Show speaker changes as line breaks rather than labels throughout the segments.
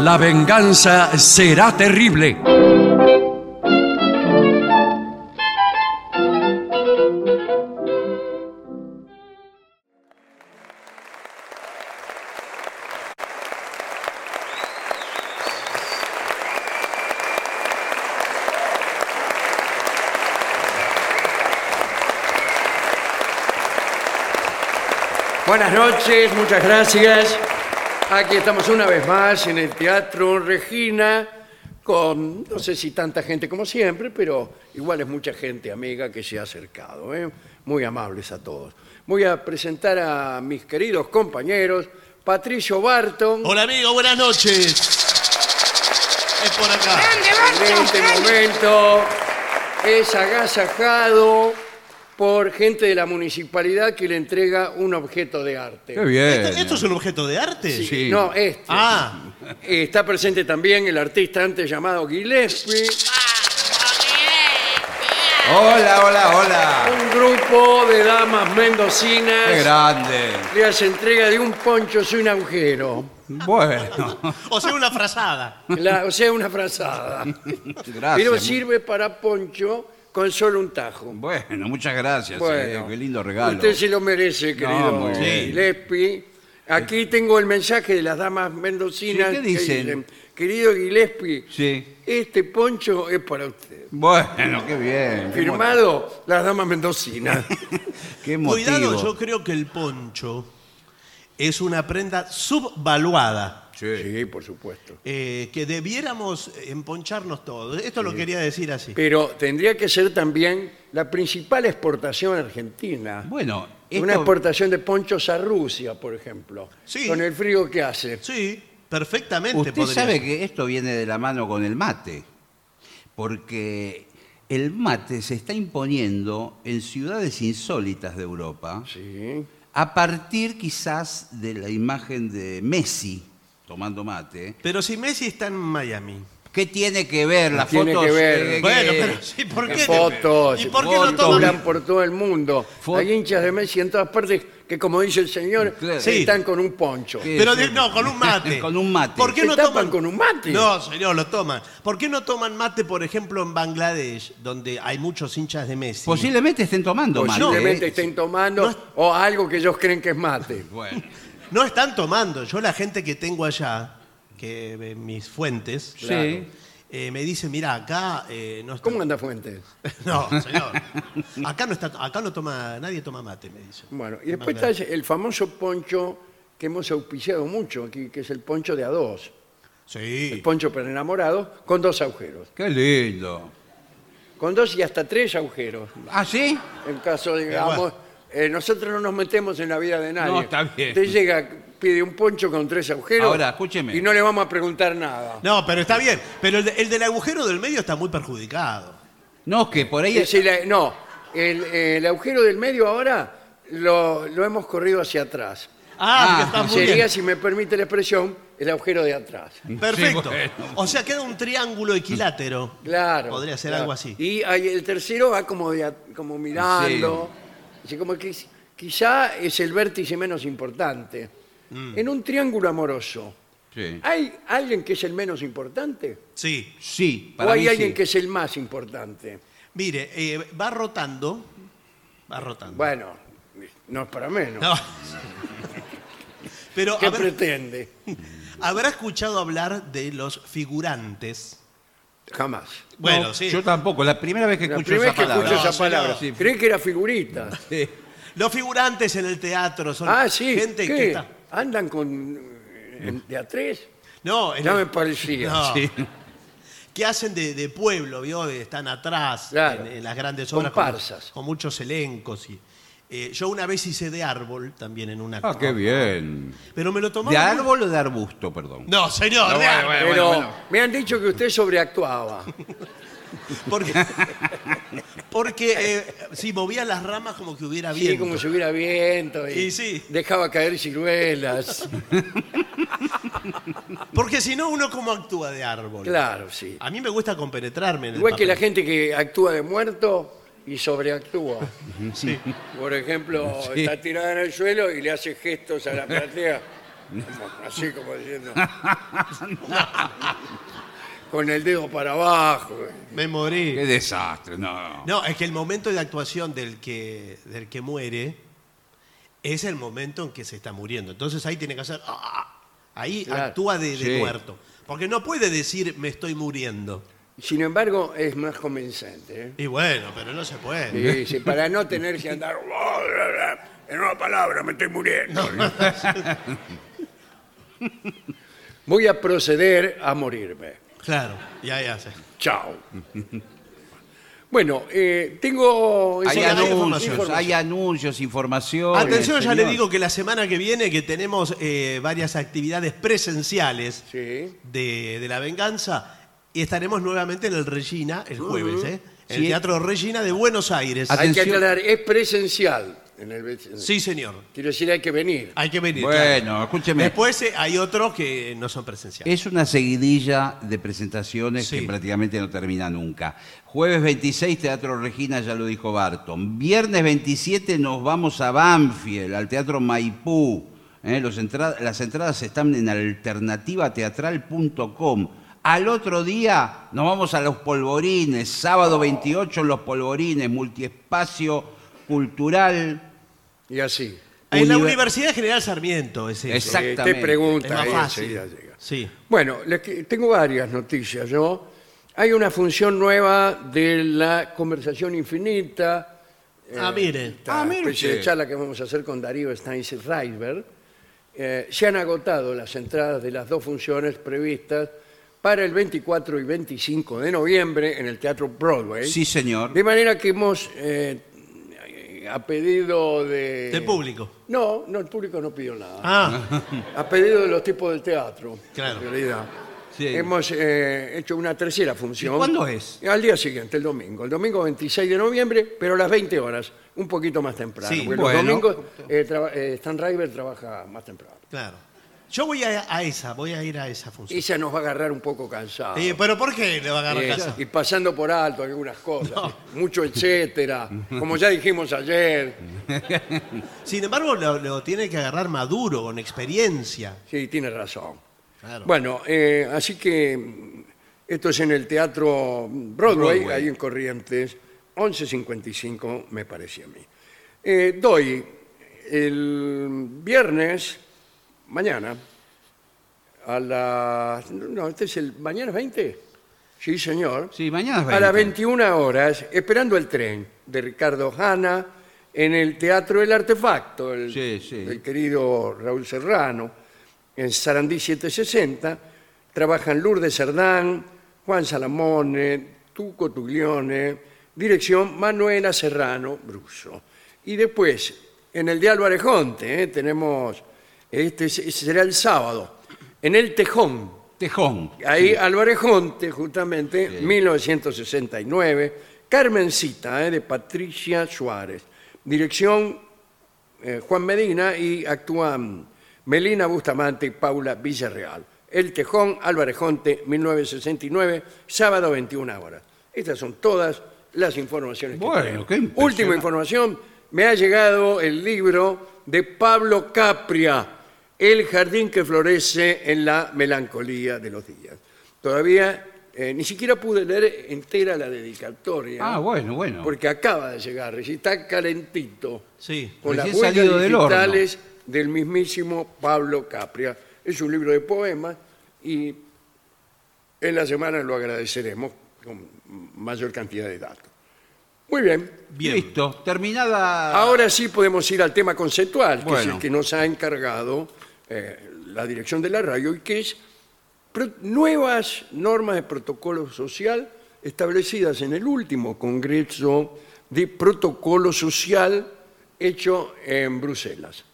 La venganza será terrible.
Buenas noches, muchas gracias. Aquí estamos una vez más en el Teatro Regina, con no sé si tanta gente como siempre, pero igual es mucha gente amiga que se ha acercado. ¿eh? Muy amables a todos. Voy a presentar a mis queridos compañeros, Patricio Barton.
Hola amigo, buenas noches. Es por acá.
¡Grande,
En
Barton!
este
grande!
momento es agasajado por gente de la municipalidad que le entrega un objeto de arte.
Qué bien.
¿Esto, esto es un objeto de arte?
Sí.
No, este.
Ah,
Eh, Está presente también el artista antes llamado Gillespie,
Hola, hola, hola.
un grupo de damas
Qué
mendocinas
grande.
le hace entrega de un poncho sin agujero.
Bueno,
o sea, una frazada.
La- o sea, una frazada.
gracias.
Pero sirve para poncho con solo un tajo.
Bueno, muchas gracias.
Bueno,
eh, Qué lindo regalo.
Usted se lo merece, querido
muy bien. Eh,
Gillespie. Aquí tengo el mensaje de las damas mendocinas.
Sí, ¿qué
que
dicen?
Querido Gillespie,
Sí.
este poncho es para usted.
Bueno, qué bien. qué
Firmado las damas mendocinas.
mo- Qué motivo.
Cuidado, yo creo que el poncho es una prenda subvaluada.
Sí.
Sí, por supuesto.
eh, que debiéramos emponcharnos todos. Esto lo quería decir así.
Pero tendría que ser también la principal exportación argentina.
Bueno,
Una
esto,
exportación de ponchos a Rusia, por ejemplo.
Sí.
Con el frío que hace.
Sí, perfectamente
usted
podría
sabe
ser.
que esto viene de la mano con el mate, porque el mate se está imponiendo en ciudades insólitas de Europa.
Sí.
a partir quizás de la imagen de Messi tomando mate,
Pero si Messi está en Miami.
¿qué tiene que ver las
Ah, Tiene
fotos? eh,
que ver.
Bueno, pero sí, ¿por
Las
qué?
fotos,
¿Y por qué no
fotos.
toman?
Circulan por todo el mundo.
Fo-
Hay hinchas de Messi en todas partes que, como dice el señor,
Claro.
Sí.
están con un poncho.
Sí.
Pero di- no, con un mate.
Con un mate.
¿Por qué
¿Se
no
tapan
toman
con un mate?
No, señor, lo toman. ¿Por qué no toman mate, por ejemplo, en Bangladesh, donde hay muchos hinchas de Messi?
Posiblemente estén tomando mate.
Posiblemente
¿eh?
estén tomando o algo que ellos creen que es mate.
Bueno,
No están tomando. Yo la gente que tengo allá, que eh, mis fuentes,
Sí.
claro, eh, me dicen, mira, acá eh, no está...
¿Cómo anda Fuentes?
No, señor. Acá no está, acá no toma, nadie toma mate, me dicen.
Bueno, y después está el famoso poncho que hemos auspiciado mucho aquí, que es el poncho de a dos. El
Sí.
poncho para enamorados, con dos agujeros.
qué lindo.
Con dos y hasta tres agujeros.
¿Ah, sí?
En caso, digamos, eh, nosotros no nos metemos en la vida de nadie.
No, está bien.
Usted llega, pide un poncho con tres agujeros.
Ahora, escúcheme.
Y no le vamos a preguntar nada.
No, pero está bien. Pero el, de- el del agujero del medio está muy perjudicado.
No, que por ahí...
Y si la- no, el, el agujero del medio ahora lo, lo hemos corrido hacia atrás.
Ah,
Ah,
está muy
Sería,
bien.
si me permite la expresión, el agujero de atrás.
Perfecto.
Sí, bueno.
O sea, queda un triángulo equilátero.
Claro.
Podría ser
claro.
algo así.
Y ahí el tercero va como, de a- como mirando. Así como que es- quizá es el vértice menos importante.
Mm.
En un triángulo amoroso,
Sí.
¿hay alguien que es el menos importante?
Sí.
Sí,
¿O
para
hay
mí
alguien
sí.
que es el más importante?
Mire, eh, va rotando. Va rotando.
Bueno, no es para menos.
No. Pero
¿Qué
habrá-
pretende?
habrá escuchado hablar de los figurantes.
Jamás.
Bueno,
No,
sí.
Yo tampoco, la primera vez que
La
escucho
primera vez
esa
que
palabra.
escucho esa
No,
palabra.
señor.
Creí que era figurita.
Sí.
Los figurantes en el teatro son
Ah, sí.
gente
¿Qué?
que está.
¿Andan con eh, de a tres?
No, en
Ya
el-
me parecía.
No.
Sí.
que hacen de, de pueblo, ¿vio? De- Están atrás
Claro.
en, en las grandes obras.
Comparsas.
Con, con muchos elencos. Y, eh, yo una vez hice de árbol también en una.
Ah, qué bien.
Pero me lo tomaba.
¿De
muy-
árbol o de arbusto, perdón?
No, señor, de árbol.
Pero me han dicho que usted sobreactuaba.
Porque, porque eh, si movía las ramas como que hubiera
Sí,
viento.
como si hubiera viento y,
Y sí.
dejaba caer ciruelas.
Porque si no, uno como actúa de árbol.
Claro, sí.
A mí me gusta compenetrarme en el
Igual que la
papel.
gente que actúa de muerto y sobreactúa. Por ejemplo, está tirada en el suelo y le hace gestos a la platea como- así como diciendo, con el dedo para abajo.
Me morí.
Qué desastre, no.
No, es que el momento de actuación del que, del que muere es el momento en que se está muriendo. Entonces ahí tiene que hacer. ah, ah, Ahí
Claro.
actúa de, de
Sí.
muerto. Porque no puede decir me estoy muriendo.
Sin embargo, es más convincente. ¿eh?
Y bueno, pero no se puede.
Y dice, para no tener que andar, en una palabra, me estoy muriendo. Voy a proceder a morirme.
Claro, ya, ya. sé.
Chao. Bueno, eh, tengo...
Hay
Eso,
esa-
hay
anuncios,
información.
hay anuncios, información.
Atención, ya
señor.
le digo que la semana que viene que tenemos eh, varias actividades presenciales
Sí.
de, de la venganza y estaremos nuevamente en el Regina el jueves, ¿eh? En el
Sí.
Teatro Regina de Buenos Aires.
Aten-
Hay que
Atención.
aclarar, es presencial. En el...
Sí, señor.
Quiero decir, hay que venir.
Hay que venir. claro.
Bueno, escúcheme.
Después eh, hay otros que no son presenciales.
Es una seguidilla de presentaciones
Sí.
que prácticamente no termina nunca. Jueves 26, Teatro Regina, ya lo dijo Barton. Viernes 27 nos vamos a Banfield, al Teatro Maipú. Eh, los entra- las entradas están en alternativateatral.com. Al otro día nos vamos a Los Polvorines, sábado 28 en Los Polvorines, multiespacio cultural.
Y así.
en la
Univer-
Universidad General Sarmiento es eso.
Exacto.
Eh, te
Exactamente.
Es
pregunta.
más
ahí
fácil.
enseguida llega.
Sí.
Bueno, les que- tengo varias noticias yo. Hay una función nueva de la conversación infinita.
Ah, mire.
Esta
Ah, mire
especie de
usted.
charla que vamos a hacer con Darío Steins Reisberg. Eh, se han agotado las entradas de las dos funciones previstas para el 24 y 25 de noviembre en el Teatro Broadway.
Sí, señor.
De manera que hemos, eh, a pedido de...
Del público.
No, no, el público no pidió nada.
Ah,
A pedido de los tipos del teatro.
Claro.
En realidad.
Sí.
Hemos eh, hecho una tercera función.
¿Y cuándo es?
Al día siguiente, el domingo. El domingo 26 de noviembre, pero a las 20 horas, un poquito más temprano.
Sí,
porque
bueno.
los domingos eh, traba- eh, Stan River trabaja más temprano.
claro. Yo voy a, a esa, voy a ir a esa función.
Esa nos va a agarrar un poco cansada.
Eh, pero ¿por qué le va a agarrar
Eh,
casa?
y pasando por alto algunas cosas, mucho etcétera, como ya dijimos ayer,
Sin embargo, lo, lo tiene que agarrar maduro, con experiencia.
sí, tiene razón.
Claro.
Bueno, eh, así que mm, esto es en el Teatro Broadway,
Broadway.
ahí en Corrientes, 11.55 me parece a mí. Eh, doy el viernes, mañana, a las... No, este es el... ¿Mañana es 20? Sí, señor.
Sí, mañana es
A las
20.
21 horas, esperando el tren de Ricardo Hanna en el Teatro El Artefacto, el,
Sí, sí.
el querido Raúl Serrano, en Sarandí 760. Trabajan Lourdes Cerdán, Juan Salamone, Tuco Tuglione, dirección Manuela Serrano Bruso. Y después, en el de Álvarez Jonte, eh, tenemos, este es- ese será el sábado, en el Tejón.
Tejón.
Ahí Álvarez Jonte, justamente, 1969. Carmencita, eh, de Patricia Suárez. Dirección eh, Juan Medina y actúan Melina Bustamante y Paula Villarreal. El Tejón, Álvarez Jonte, 1969, sábado 21 horas. Estas son todas las informaciones que
Bueno,
tenemos.
qué impresionante.
Última información, me ha llegado el libro de Pablo Capria, El jardín que florece en la melancolía de los días. Todavía eh, ni siquiera pude leer entera la dedicatoria.
Ah, bueno, bueno.
Porque acaba de llegar, y está calentito.
Sí.
Con las
Recién
huellas
salido del horno.
digitales del mismísimo Pablo Capria. Es un libro de poemas y en la semana lo agradeceremos con mayor cantidad de datos. Muy bien.
Bien.
Listo, terminada.
Ahora sí podemos ir al tema conceptual, que es
Bueno.
el que nos ha encargado eh, la dirección de la radio y que es pro- nuevas normas de protocolo social establecidas en el último Congreso de Protocolo Social hecho en Bruselas.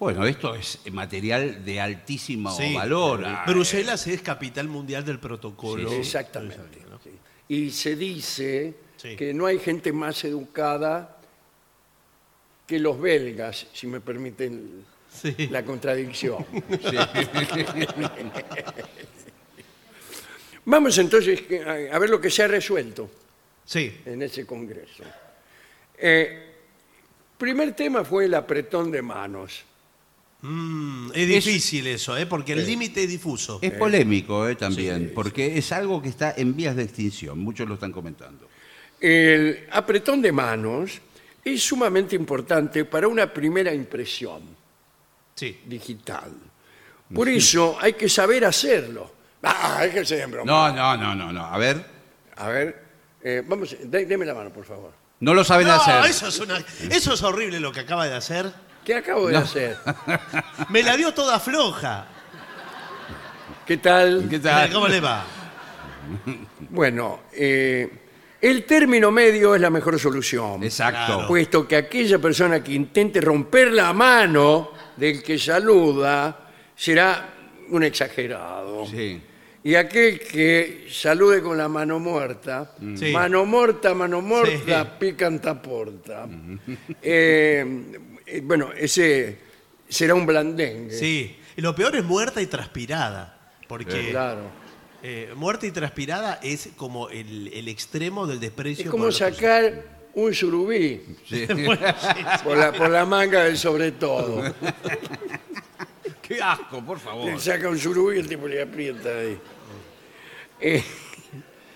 Bueno, esto es material de altísimo
Sí.
valor.
Eh,
Ah,
Bruselas es capital mundial del protocolo.
Exactamente. sí. Y se dice
Sí.
que no hay gente más educada que los belgas, si me permiten
Sí.
la contradicción. Vamos entonces que- a a ver lo que se ha resuelto
Sí.
en ese congreso. Eh, primer tema fue el apretón de manos.
Mm, es difícil eso, ¿eh? porque el límite es difuso.
Es polémico eh, también, porque es algo que está en vías de extinción, muchos lo están comentando.
El apretón de manos es sumamente importante para una primera impresión
Sí.
digital. Por eso hay que saber hacerlo. Ah, déjense de broma.
No, no, no, no, no. A ver,
A ver, eh, vamos, dé- deme la mano, por favor.
no lo saben
No,
hacer.
eso es, una- eso es horrible lo que acaba de hacer.
¿Qué acabo de hacer?
Me la dio toda floja.
¿Qué tal?
¿Qué tal?
¿Cómo le va?
Bueno, eh, el término medio es la mejor solución.
Exacto.
Claro.
Puesto que aquella persona que intente romper la mano del que saluda será un exagerado.
Sí.
Y aquel que salude con la mano muerta,
Mm.
Sí.
mano muerta, mano muerta,
Sí.
picanta porta.
Mm.
Eh, eh, bueno, ese será un blandengue.
Sí. Y lo peor es muerta y transpirada. Porque
Claro.
eh, muerta y transpirada es como el, el extremo del desprecio.
Es
por
como
la
sacar un surubí
sí.
por la, por la manga del sobre todo.
Qué asco, por favor.
Le saca un surubí y el tipo le aprieta ahí. Eh,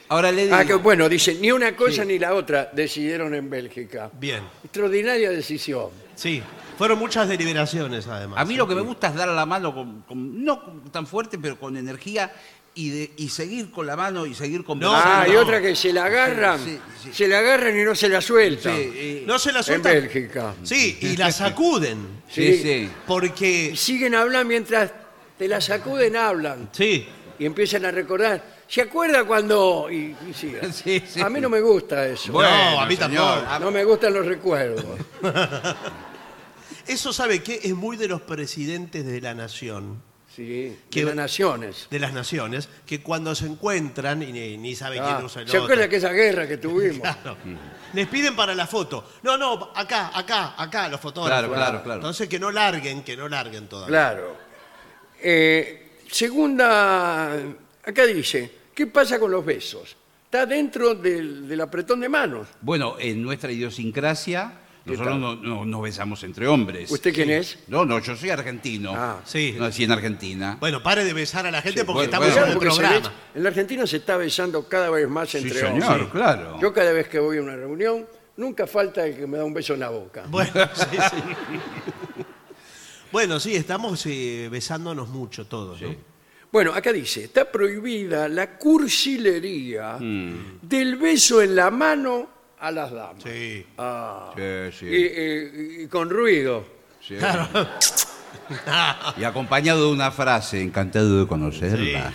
Ahora le digo.
ah, que, bueno, dice, ni una cosa ni la otra decidieron en Bélgica.
persona. Bien.
Extraordinaria decisión.
Sí. Fueron muchas deliberaciones, además. ¿eh?
A mí lo que me gusta es dar la mano, con, con- no con- tan fuerte, pero con energía y, de- y seguir con la mano y seguir con.
No,
ah,
no,
y
no.
otra que se la agarran,
Sí, sí.
se la agarran y no se la sueltan.
No se la
En
sueltan.
Bélgica.
Sí, y la sacuden.
sí,
Sí.
sí.
Y
Porque.
siguen hablando mientras te la sacuden, hablan.
Sí.
Y empiezan a recordar. ¿Se acuerda cuando.? Y, y sigan.
Sí, sí.
A mí no me gusta eso.
Bueno, a mí
señor.
tampoco.
No me gustan los recuerdos.
Eso sabe que es muy de los presidentes de la nación,
Sí,
Que-
que las naciones.
de las naciones, que cuando se encuentran y ni, ni sabe
Ah,
quién usa el
¿Se
otro.
acuerda que esa guerra que tuvimos?
Claro. Les piden para la foto. No, no, acá, acá, acá, los fotógrafos.
Claro, claro, claro.
Entonces que no larguen, que no larguen todavía.
Claro. Eh, segunda, acá dice, ¿qué pasa con los besos? Está dentro del, del apretón de manos.
Bueno, en nuestra idiosincrasia, nosotros
tal?
no, no- no besamos entre hombres.
¿Usted quién es?
No, no, yo soy argentino.
Ah,
sí.
Nací en Argentina.
Bueno, pare de besar a la gente
Sí,
porque
bueno,
estamos
bueno.
en el
porque se
programa.
ve- en la Argentina se está besando cada vez más
sí,
entre
señor,
hombres.
claro.
Yo cada vez que voy a una reunión, nunca falta el que me da un beso en la boca.
Bueno, sí, sí. Bueno, sí, estamos eh, besándonos mucho todos, ¿no?
Bueno, acá dice, está prohibida la cursilería del beso en la mano a las damas.
Mm. Sí.
Ah.
Sí, sí,
Y, eh, y con ruido.
sí. Y acompañado de una frase, encantado de conocerla.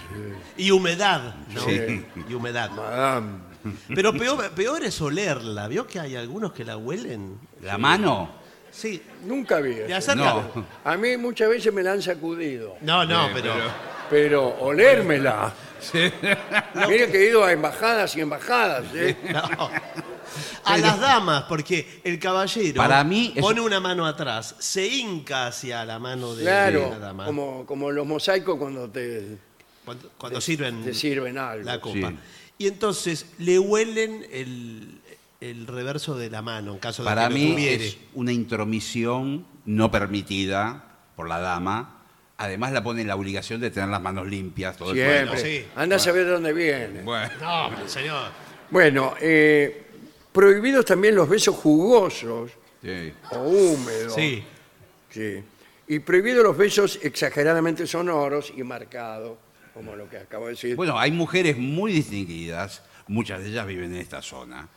Y humedad, ¿no?
Sí.
Y humedad.
Madame.
Pero peor, peor es olerla. ¿Vio que hay algunos que la huelen?
¿La mano?
Sí.
Nunca vi eso.
Le acercan.
No.
A mí muchas veces me la han sacudido,
No, no,
Eh,
pero,
pero olérmela. Mire que he ido a embajadas y embajadas. ¿eh?
no. A las damas, porque el caballero
Para mí es-
pone una mano atrás, se hinca hacia la mano de la
Claro,
dama.
como, como los mosaicos cuando te,
Cuando, cuando sirven
te sirven algo.
la copa.
Sí.
Y entonces le huelen el, el reverso de la mano en caso de
Para
que lo
mí
tuviere.
es una intromisión no permitida por la dama. Además la pone en la obligación de tener las manos limpias todo el
Siempre.
tiempo.
sí.
Anda a saber dónde viene.
Bueno,
No, pero señor.
Bueno, eh, prohibidos también los besos jugosos
sí.
o húmedos.
Sí.
Sí. Y prohibidos los besos exageradamente sonoros y marcados, como lo que acabo de decir.
Bueno, hay mujeres muy distinguidas, muchas de ellas viven en esta zona,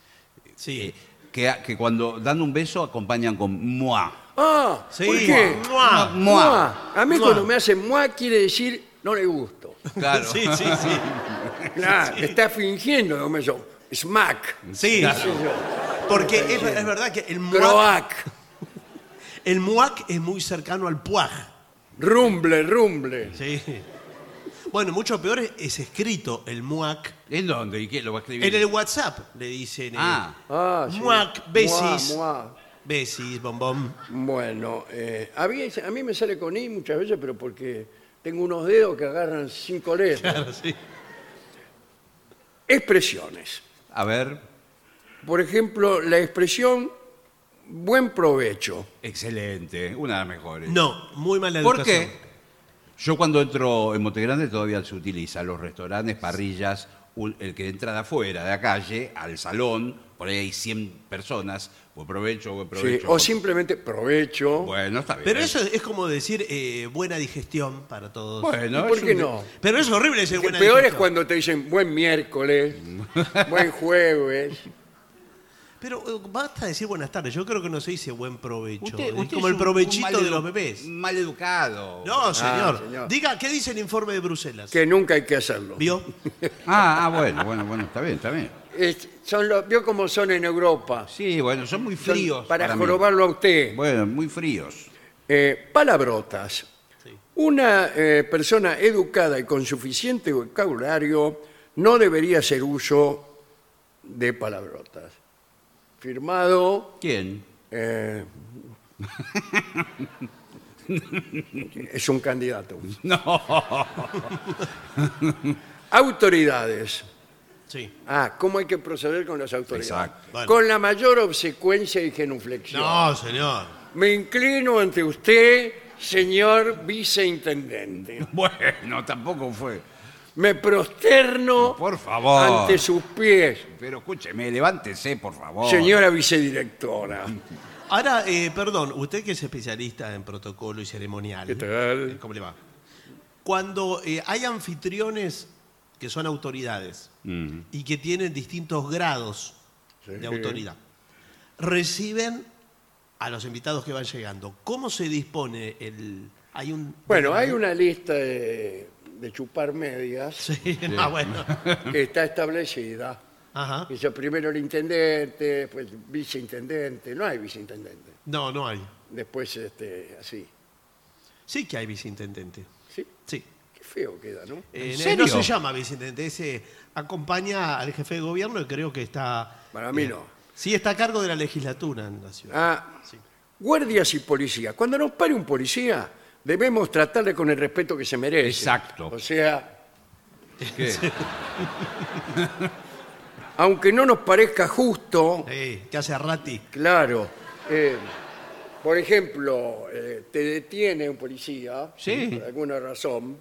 Sí.
eh, que, que cuando dan un beso acompañan con moi.
ah,
Sí.
¿por qué?
Mua, mua.
Mua.
Mua. A mí
Mua.
cuando me hacen mua quiere decir no le gusto.
Claro.
Sí, sí, sí.
Claro, está fingiendo, no me yo. Smack.
Sí,
qué sé yo.
porque es, es verdad que el muac,
Croac.
el muac es muy cercano al puaj.
Rumble, rumble.
Sí. Bueno, mucho peor es, es escrito el muac.
¿En dónde? ¿Y qué? ¿Lo va a escribir?
En el WhatsApp le dicen. eh,
Ah,
Ah, sí.
Muac, besis.
Mua, mua.
Besis, bombón.
Bueno, eh, a, mí, a mí me sale con I muchas veces, pero porque tengo unos dedos que agarran cinco letras.
Claro, sí.
Expresiones.
a ver.
Por ejemplo, la expresión buen provecho.
Excelente, una de las mejores.
No, muy mala
¿Por
educación.
qué? Yo cuando entro en Monte Grande todavía se utiliza los restaurantes, parrillas, un- el que entra de afuera, de la calle, al salón, por ahí hay 100 personas, buen provecho, buen
Sí,
provecho.
o simplemente provecho.
Bueno, está bien.
Pero eso es como decir eh, buena digestión para todos.
Bueno,
¿Y por
es
qué
un-
no?
Pero es horrible decir
El
buena
peor es
digestión.
cuando te dicen buen miércoles, buen jueves.
Pero eh, basta decir buenas tardes. Yo creo que no se dice buen provecho.
Usted-
Es
usted
como
es
el
un-
provechito
un mal
de los
edu-
bebés.
Mal educado.
No, Ah, señor.
señor.
Diga, ¿qué dice el informe de Bruselas?
que nunca hay que hacerlo.
¿Vio?
Ah, ah, bueno, bueno, bueno, está bien, está bien.
Es- son los, ¿Vio cómo son en Europa?
Sí, bueno, son muy
Son
fríos.
Para,
mí.
jorobarlo a usted.
Bueno, muy fríos.
Eh, palabrotas.
Sí.
Una eh, persona educada y con suficiente vocabulario no debería hacer uso de palabrotas. Firmado
¿Quién?
eh, es un candidato.
No.
Autoridades.
Sí.
Ah, ¿cómo hay que proceder con las autoridades?
Exacto.
Bueno.
Con la mayor obsecuencia y genuflexión.
No, señor.
Me inclino ante usted, señor viceintendente.
Bueno, tampoco fue.
Me prosterno
Por favor.
ante sus pies,
Pero escúcheme, levántese, por favor.
señora vicedirectora.
Ahora, eh, perdón, usted que es especialista en protocolo y ceremonial. eh,
¿Qué tal?
¿Cómo le va? Cuando eh, hay anfitriones que son autoridades y que tienen distintos grados
Mm. Sí.
de autoridad, reciben a los invitados que van llegando. ¿Cómo se dispone el...? Hay un...
Bueno, hay una lista de, de chupar medias
Sí, ah, bueno.
que está establecida.
Ajá.
Dice primero el intendente, después el viceintendente. No hay viceintendente.
No, no hay.
Después este, así.
Sí que hay viceintendente.
¿Sí?
Sí.
Qué feo queda, ¿no?
Eh,
¿En
no-
serio?
No se llama viceintendente, ese acompaña al jefe de gobierno y creo que está.
Para mí
eh,
no.
sí, está a cargo de la legislatura en la ciudad.
Ah, guardias y policías. Cuando nos pare un policía, debemos tratarle con el respeto que se merece.
Exacto.
O sea,
¿Qué?
aunque no nos parezca justo,
Sí, que hace a Ratti.
claro. eh, por ejemplo, eh, te detiene un policía
Sí.
por alguna razón.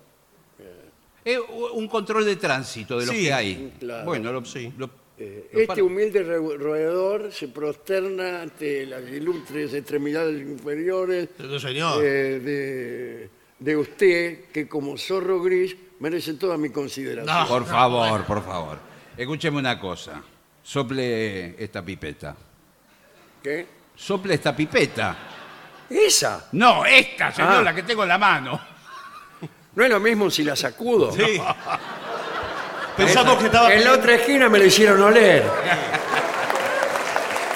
Eh, un control de tránsito de los
Sí,
que hay.
claro.
Bueno, lo,
Sí.
lo-
eh,
lo
este
par-
humilde re- roedor se prosterna ante las ilustres extremidades inferiores
No, señor.
eh, de, de usted, que como zorro gris merece toda mi consideración.
No.
Por favor, por favor. Escúcheme una cosa. Sople esta pipeta.
¿Qué?
Sople esta pipeta.
Esa.
No, esta, señor,
Ah.
la que tengo en la mano.
No es lo mismo si la sacudo.
Sí. Pensamos que estaba.
En la otra esquina me la hicieron oler.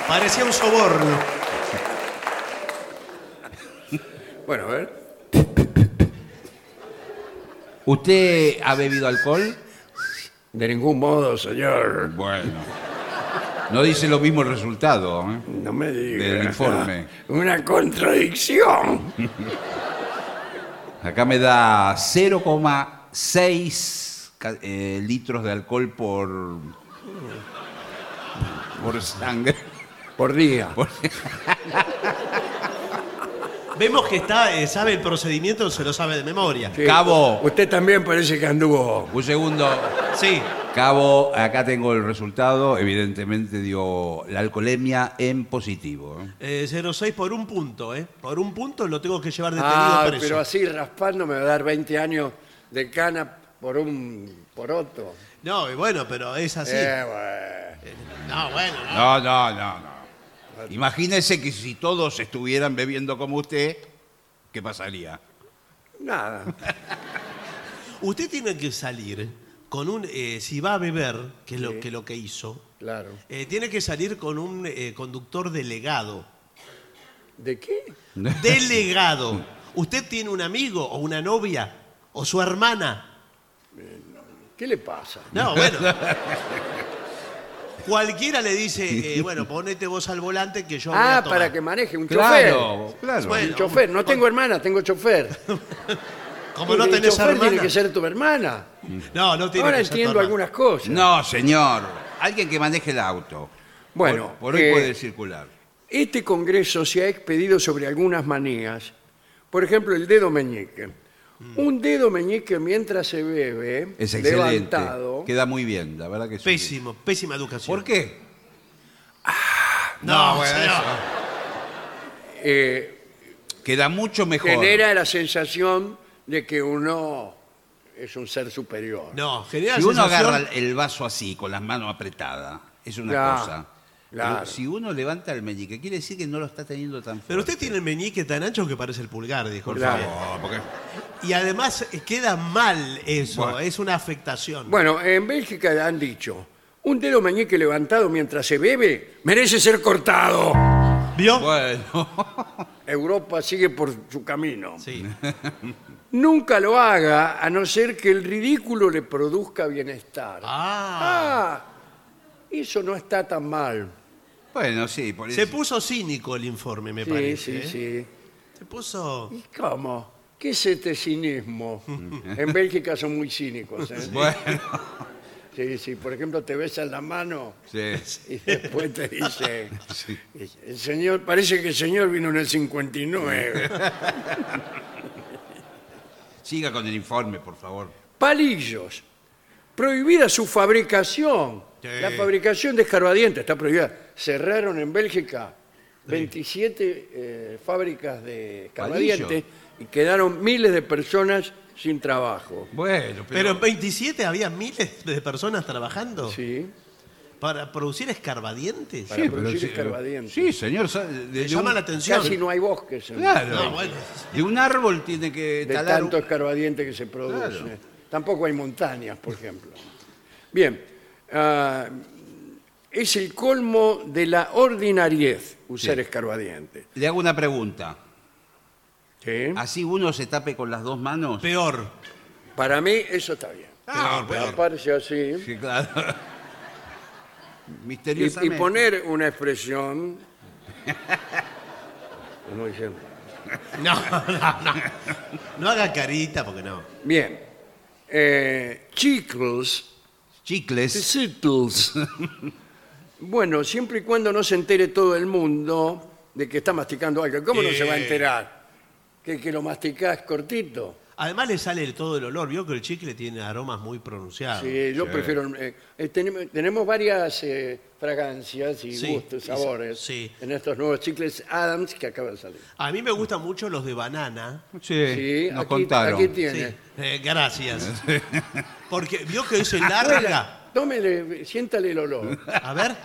Parecía un soborno.
Bueno, a ver.
¿Usted ha bebido alcohol?
De ningún modo, señor.
Bueno. No dice lo mismo el resultado. ¿eh?
No me diga.
Del informe.
Una contradicción.
Acá me da 0,6 ca- eh, litros de alcohol por. por sangre.
Por día.
Por-
Vemos que está, eh, sabe el procedimiento, se lo sabe de memoria.
Sí.
Cabo.
Usted también parece que anduvo.
Un segundo.
Sí.
Cabo, acá tengo el resultado. Evidentemente dio la alcoholemia en positivo. ¿eh?
Eh, 06 por un punto, ¿eh? Por un punto lo tengo que llevar detenido
Ah,
preso.
pero así raspando me va a dar 20 años de cana por un por otro.
No, y bueno, pero es así.
Eh.
No, bueno, no.
No, no, no, no. Imagínese que si todos estuvieran bebiendo como usted, ¿qué pasaría?
nada.
Usted tiene que salir con un. eh, si va a beber, que es lo que, lo que hizo,
Claro.
eh, tiene que salir con un eh, conductor delegado.
¿De qué?
Delegado. ¿Usted tiene un amigo o una novia o su hermana?
¿Qué le pasa?
No, bueno. Cualquiera le dice, eh, bueno, ponete vos al volante que yo. voy a
Ah,
tomar.
para que maneje un
Claro, claro.
chofer.
Bueno.
Un chofer. No tengo hermana, tengo chofer.
Como no
El
tenés
chofer
hermana.
tiene que ser tu hermana.
No, no tiene
Ahora
que ser tu
entiendo
hermana.
algunas cosas.
No, señor. Alguien que maneje el auto.
Bueno,
Por, por hoy
eh,
puede circular.
Este congreso se ha expedido sobre algunas manías. Por ejemplo, el dedo meñique.
Mm.
Un dedo meñique mientras se bebe,
Es excelente.
levantado,
Queda muy bien, la verdad que sí.
Pésimo, pésima educación.
¿Por qué?
No,
No, bueno,
señor.
eh,
Queda mucho mejor.
genera la sensación de que uno es un ser superior.
No, genera
Si uno
sensación-
agarra el vaso así, con las manos apretadas, es una
Claro,
cosa.
claro.
Pero si uno levanta el meñique, quiere decir que no lo está teniendo tan fuerte.
Pero usted tiene el meñique tan ancho que parece el pulgar, dijo el
Claro.
Fabián.
No, porque-
Y además eh, queda mal eso,
Bueno.
es una afectación.
Bueno, en Bélgica han dicho, un dedo meñique levantado mientras se bebe merece ser cortado.
¿Vio?
Bueno.
Europa sigue por su camino.
Sí.
Nunca lo haga a no ser que el ridículo le produzca bienestar.
Ah,
Ah, eso no está tan mal.
Bueno, sí, por
se
eso.
puso cínico el informe, me
sí,
parece.
sí,
¿eh?
sí.
Se puso.
¿Y cómo? ¿Qué es este cinismo? en Bélgica son muy cínicos. ¿eh?
Bueno,
Sí, sí. Por ejemplo, te besan la mano
sí.
y después te dice, el señor, parece que el señor vino en el 59.
Siga con el informe, por favor.
Palillos. Prohibida su fabricación.
Sí.
La fabricación de escarbadientes está prohibida. Cerraron en Bélgica 27 eh, fábricas de escarbadientes
Palillos.
y quedaron miles de personas sin trabajo.
Bueno,
Pero en 27 había miles de personas trabajando
Sí,
para producir escarbadientes.
para producir escarbadientes.
Sí, señor. sa- De, de
llama
un,
la atención.
Casi no hay bosques. en-
Claro.
No, bueno.
de un árbol tiene que
de
talar.
tanto escarbadiente que se produce.
Claro.
Tampoco hay montañas, por ejemplo. Bien, ah, es el colmo de la ordinariez usar
Sí.
escarbadiente.
Le hago una pregunta.
¿Sí?
¿Así uno se tape con las dos manos?
Peor.
Para mí eso está bien.
Ah,
peor, peor.
Taparse así
Sí, claro.
y, y
Misteriosamente.
poner una expresión. como dicen,
No, no, no. No haga carita porque no.
Bien. Eh, chicles
Chicles.
Skittles. Bueno, siempre y cuando no se entere todo el mundo de que está masticando algo. ¿Cómo no se va a
Eh.
enterar? Que, que lo masticás cortito.
Además le sale el- todo el olor. Vio que el chicle tiene aromas muy pronunciados.
Sí, yo prefiero... eh, eh, tenemos, tenemos varias eh, fragancias y
Sí,
gustos,
y-
sabores
sí.
en estos nuevos chicles Adams que acaban de salir.
A mí me gustan mucho los de banana.
Sí,
Sí,
nos
aquí-
contaron.
aquí
Sí.
tiene.
Eh, gracias. Porque vio que es larga.
Tómele, siéntale el olor.
A ver.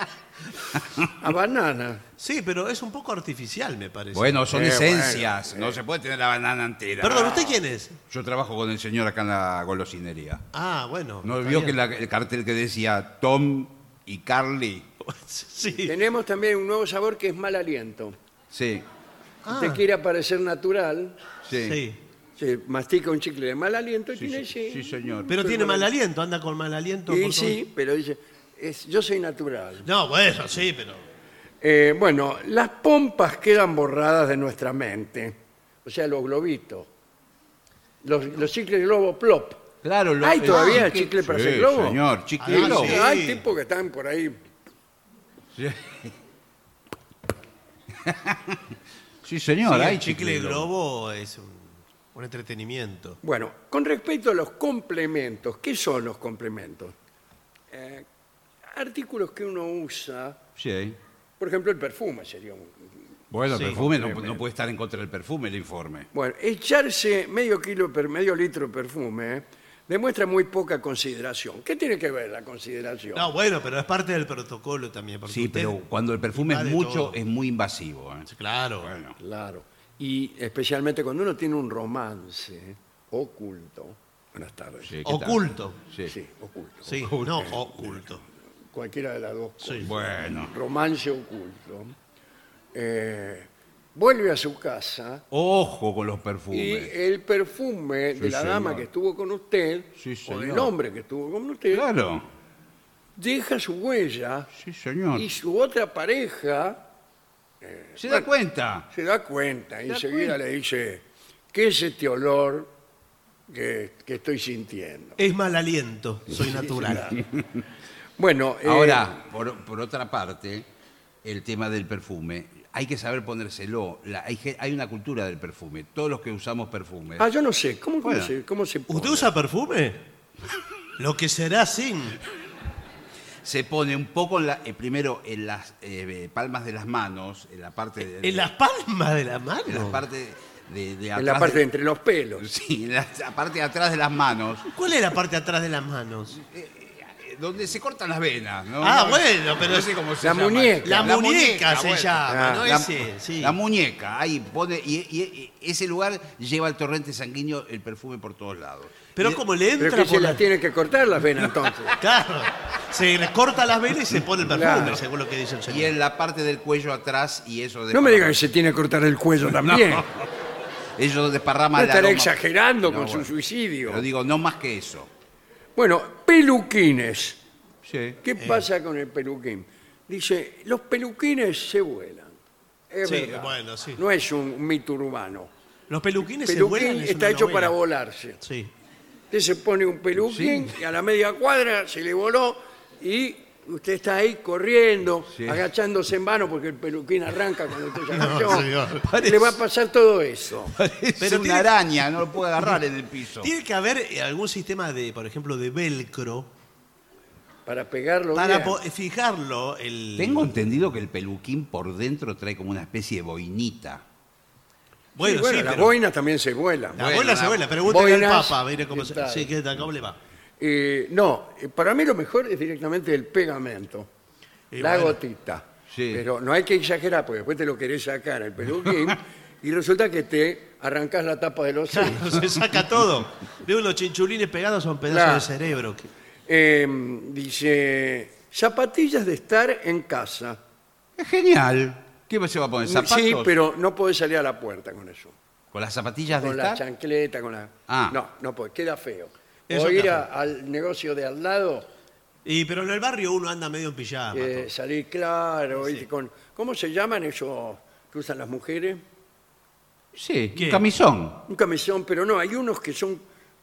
A banana.
Sí, pero es un poco artificial, me parece.
Bueno, son
Eh,
esencias. No se puede tener la banana entera.
Perdón, ¿usted quién es?
Yo trabajo con el señor acá en la golosinería.
Ah, bueno.
¿No
está
vio
bien.
que la- el cartel que decía Tom y Carly?
Sí.
Tenemos también un nuevo sabor que es mal aliento.
Sí,
Ah,
Te quiere parecer natural.
sí.
sí.
Se mastica un chicle de mal aliento y
Sí,
tiene
sí, sí, señor.
Pero tiene mal aliento, anda con mal aliento.
Y
por todo-
sí, pero dice, es- yo soy natural.
No, bueno, sí, pero.
Eh, bueno, las pompas quedan borradas de nuestra mente. O sea, los globitos. Los, los chicles globo plop.
Claro, lo-
¿Hay
el
todavía
chicle-
chicle para
Sí,
hacer globo?
señor, chicle
Ah,
globo.
sí.
Hay tipos que están por ahí.
Sí, señor,
sí,
hay
el chicle
globo.
globo es un, un entretenimiento.
Bueno, con respecto a los complementos, ¿qué son los complementos? Eh, artículos que uno usa,
Sí.
por ejemplo, el perfume sería un
Bueno,
Sí.
el perfume, no, no puede estar en contra del perfume el informe.
Bueno, echarse medio kilo, per- medio litro de perfume ¿eh? demuestra muy poca consideración. ¿Qué tiene que ver la consideración?
No, bueno, pero es parte del protocolo también. porque
Sí,
usted-
pero cuando el perfume es
invade
mucho,
todo.
es muy invasivo. ¿eh?
Claro.
Bueno.
Claro. Y especialmente cuando uno tiene un romance oculto. Buenas tardes.
Sí, ¿qué tal?
Oculto.
Sí.
Sí, oculto.
Sí, no, oculto.
Cualquiera de las dos. cosas.
Sí.
Bueno.
Romance oculto. Eh, vuelve a su casa
Ojo con los
y
perfumes.
el perfume de
Sí,
la dama
señor.
que estuvo con usted
Sí,
o del
señor.
hombre que estuvo con usted
Claro.
deja su huella
Sí, señor.
y su otra pareja
¿Se da cuenta?
se da cuenta y
da
enseguida le dice, ¿qué es este olor que, que estoy sintiendo?
Es mal aliento, soy natural.
Bueno, eh,
Ahora, por, por otra parte, el tema del perfume. hay que saber ponérselo. La- hay, ge- hay una cultura del perfume. Todos los que usamos perfume.
Ah, yo no sé. ¿Cómo, cómo
Bueno.
se, cómo se
¿Usted
pone?
usa perfume? Lo que será sin.
Se pone un poco en la- eh, primero en las eh, palmas de las manos, en la parte de,
En las palmas de la mano.
en la parte de, de
En la
atrás
parte de
de-
entre los pelos.
sí, en la, la parte de atrás de las manos,
¿Cuál es la parte atrás de las manos?
eh, donde se cortan las venas. ¿no?
Ah,
No-
bueno, pero
no
es-
sé cómo se
la
llama.
muñeca.
La,
La
muñeca,
muñeca,
se
bueno.
llama,
Ah,
¿no?
La,
Ese, sí.
la muñeca, ahí pone, y, y- y ese lugar lleva el torrente sanguíneo el perfume por todos lados.
pero
Y-
como
Pero
le
es
entra
que se
por
las
la...
tienen que cortar las venas entonces.
Claro. Se le corta las velas y se pone el perfume,
Claro.
según lo que dice el señor.
Y en la parte del cuello atrás y eso
No me digan
desparrama-
que se tiene que cortar el cuello también. No,
Ellos desparrama el
estará
aroma.
exagerando
No,
con
bueno.
su suicidio.
Pero digo, no más que eso.
Bueno, peluquines.
Sí.
¿Qué
Eh.
pasa con el peluquín? Dice, los peluquines se vuelan. Es
Sí,
verdad.
bueno, sí.
No es un mito urbano.
Los peluquines se vuelan.
Peluquín
es
está
una
hecho
novela.
para volarse.
Sí.
Usted se pone un peluquín y a la media cuadra se le voló y usted está ahí corriendo,
Sí.
agachándose en vano porque el peluquín arranca cuando usted se
No,
agachó.
señor.
Le va a pasar todo eso.
Es
Pero
una
tiene-
araña, no lo puede agarrar en el piso.
Tiene que haber eh, algún sistema de, por ejemplo, de velcro
Para pegarlo
para
bien.
po- fijarlo el.
Tengo entendido que el peluquín por dentro trae como una especie de boinita.
Sí,
Bueno, sí,
bueno, las
pero-
boinas también se vuelan.
La
Bueno,
abuela se
la-
abuela, pregúntale al
Boinas,
Papa, a ver cómo,
¿qué
se,
tal?
sí, qué tal, cómo le va.
Eh, no, eh, para mí lo mejor es directamente el pegamento,
Y
la
bueno.
gotita.
Sí.
Pero no hay que exagerar, porque después te lo querés sacar el peluquín y resulta que te arrancas la tapa de los
Claro, se saca todo. Veo los chinchulines pegados a un pedazo
Claro.
de cerebro.
Em, dice, zapatillas de estar en casa.
Es genial. ¿Qué se va a poner? ¿Zapatos?
Sí, pero no podés salir a la puerta con eso.
¿Con las zapatillas de
Con la
estar?
chancleta, con la...
Ah.
No, no podés, queda feo.
Eso
o ir
está
a- al negocio de al lado,
Y, pero en el barrio uno anda medio en pijama.
eh, salir claro, ir con... ¿Cómo se llaman esos que usan las mujeres?
Sí,
¿Qué?
un camisón.
Un camisón, pero no, hay unos que son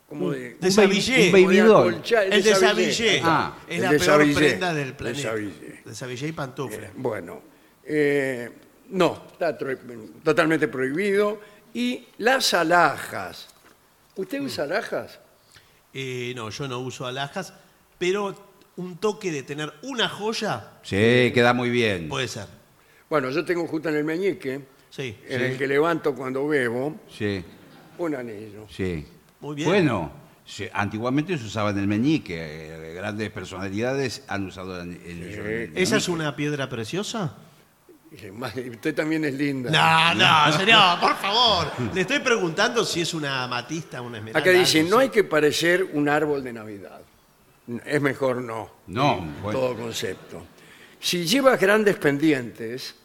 como de...
de
un baby-
Savillé.
un baby
como de
doll.
acolchá-
todo. el de Savillé.
Ah,
es
el
la
de
peor
Savillé.
prenda del
De
planeta.
Savillé.
De Savillé y pantufla.
Bueno, eh, no, está tro- totalmente prohibido. Y las alhajas. ¿Usted usa
Mm.
alhajas?
Eh, no, yo no uso alhajas, pero un toque de tener una joya
Sí, queda muy bien.
puede ser.
Bueno, yo tengo justo en el meñique,
Sí,
en el que levanto cuando bebo,
Sí,
un anillo.
sí.
Muy bien.
Bueno, sí, antiguamente se usaba en el meñique. eh, Grandes personalidades han usado el, el- el-
¿Esa es una piedra preciosa?
Y dice, "Madre, usted también es linda.
No, no, señor, por favor. Le estoy preguntando si es una amatista, una esmeralda.
Acá dice,
algo,
no
sí.
hay que parecer un árbol de Navidad. Es mejor no.
No, bueno.
Todo concepto. Si llevas grandes pendientes,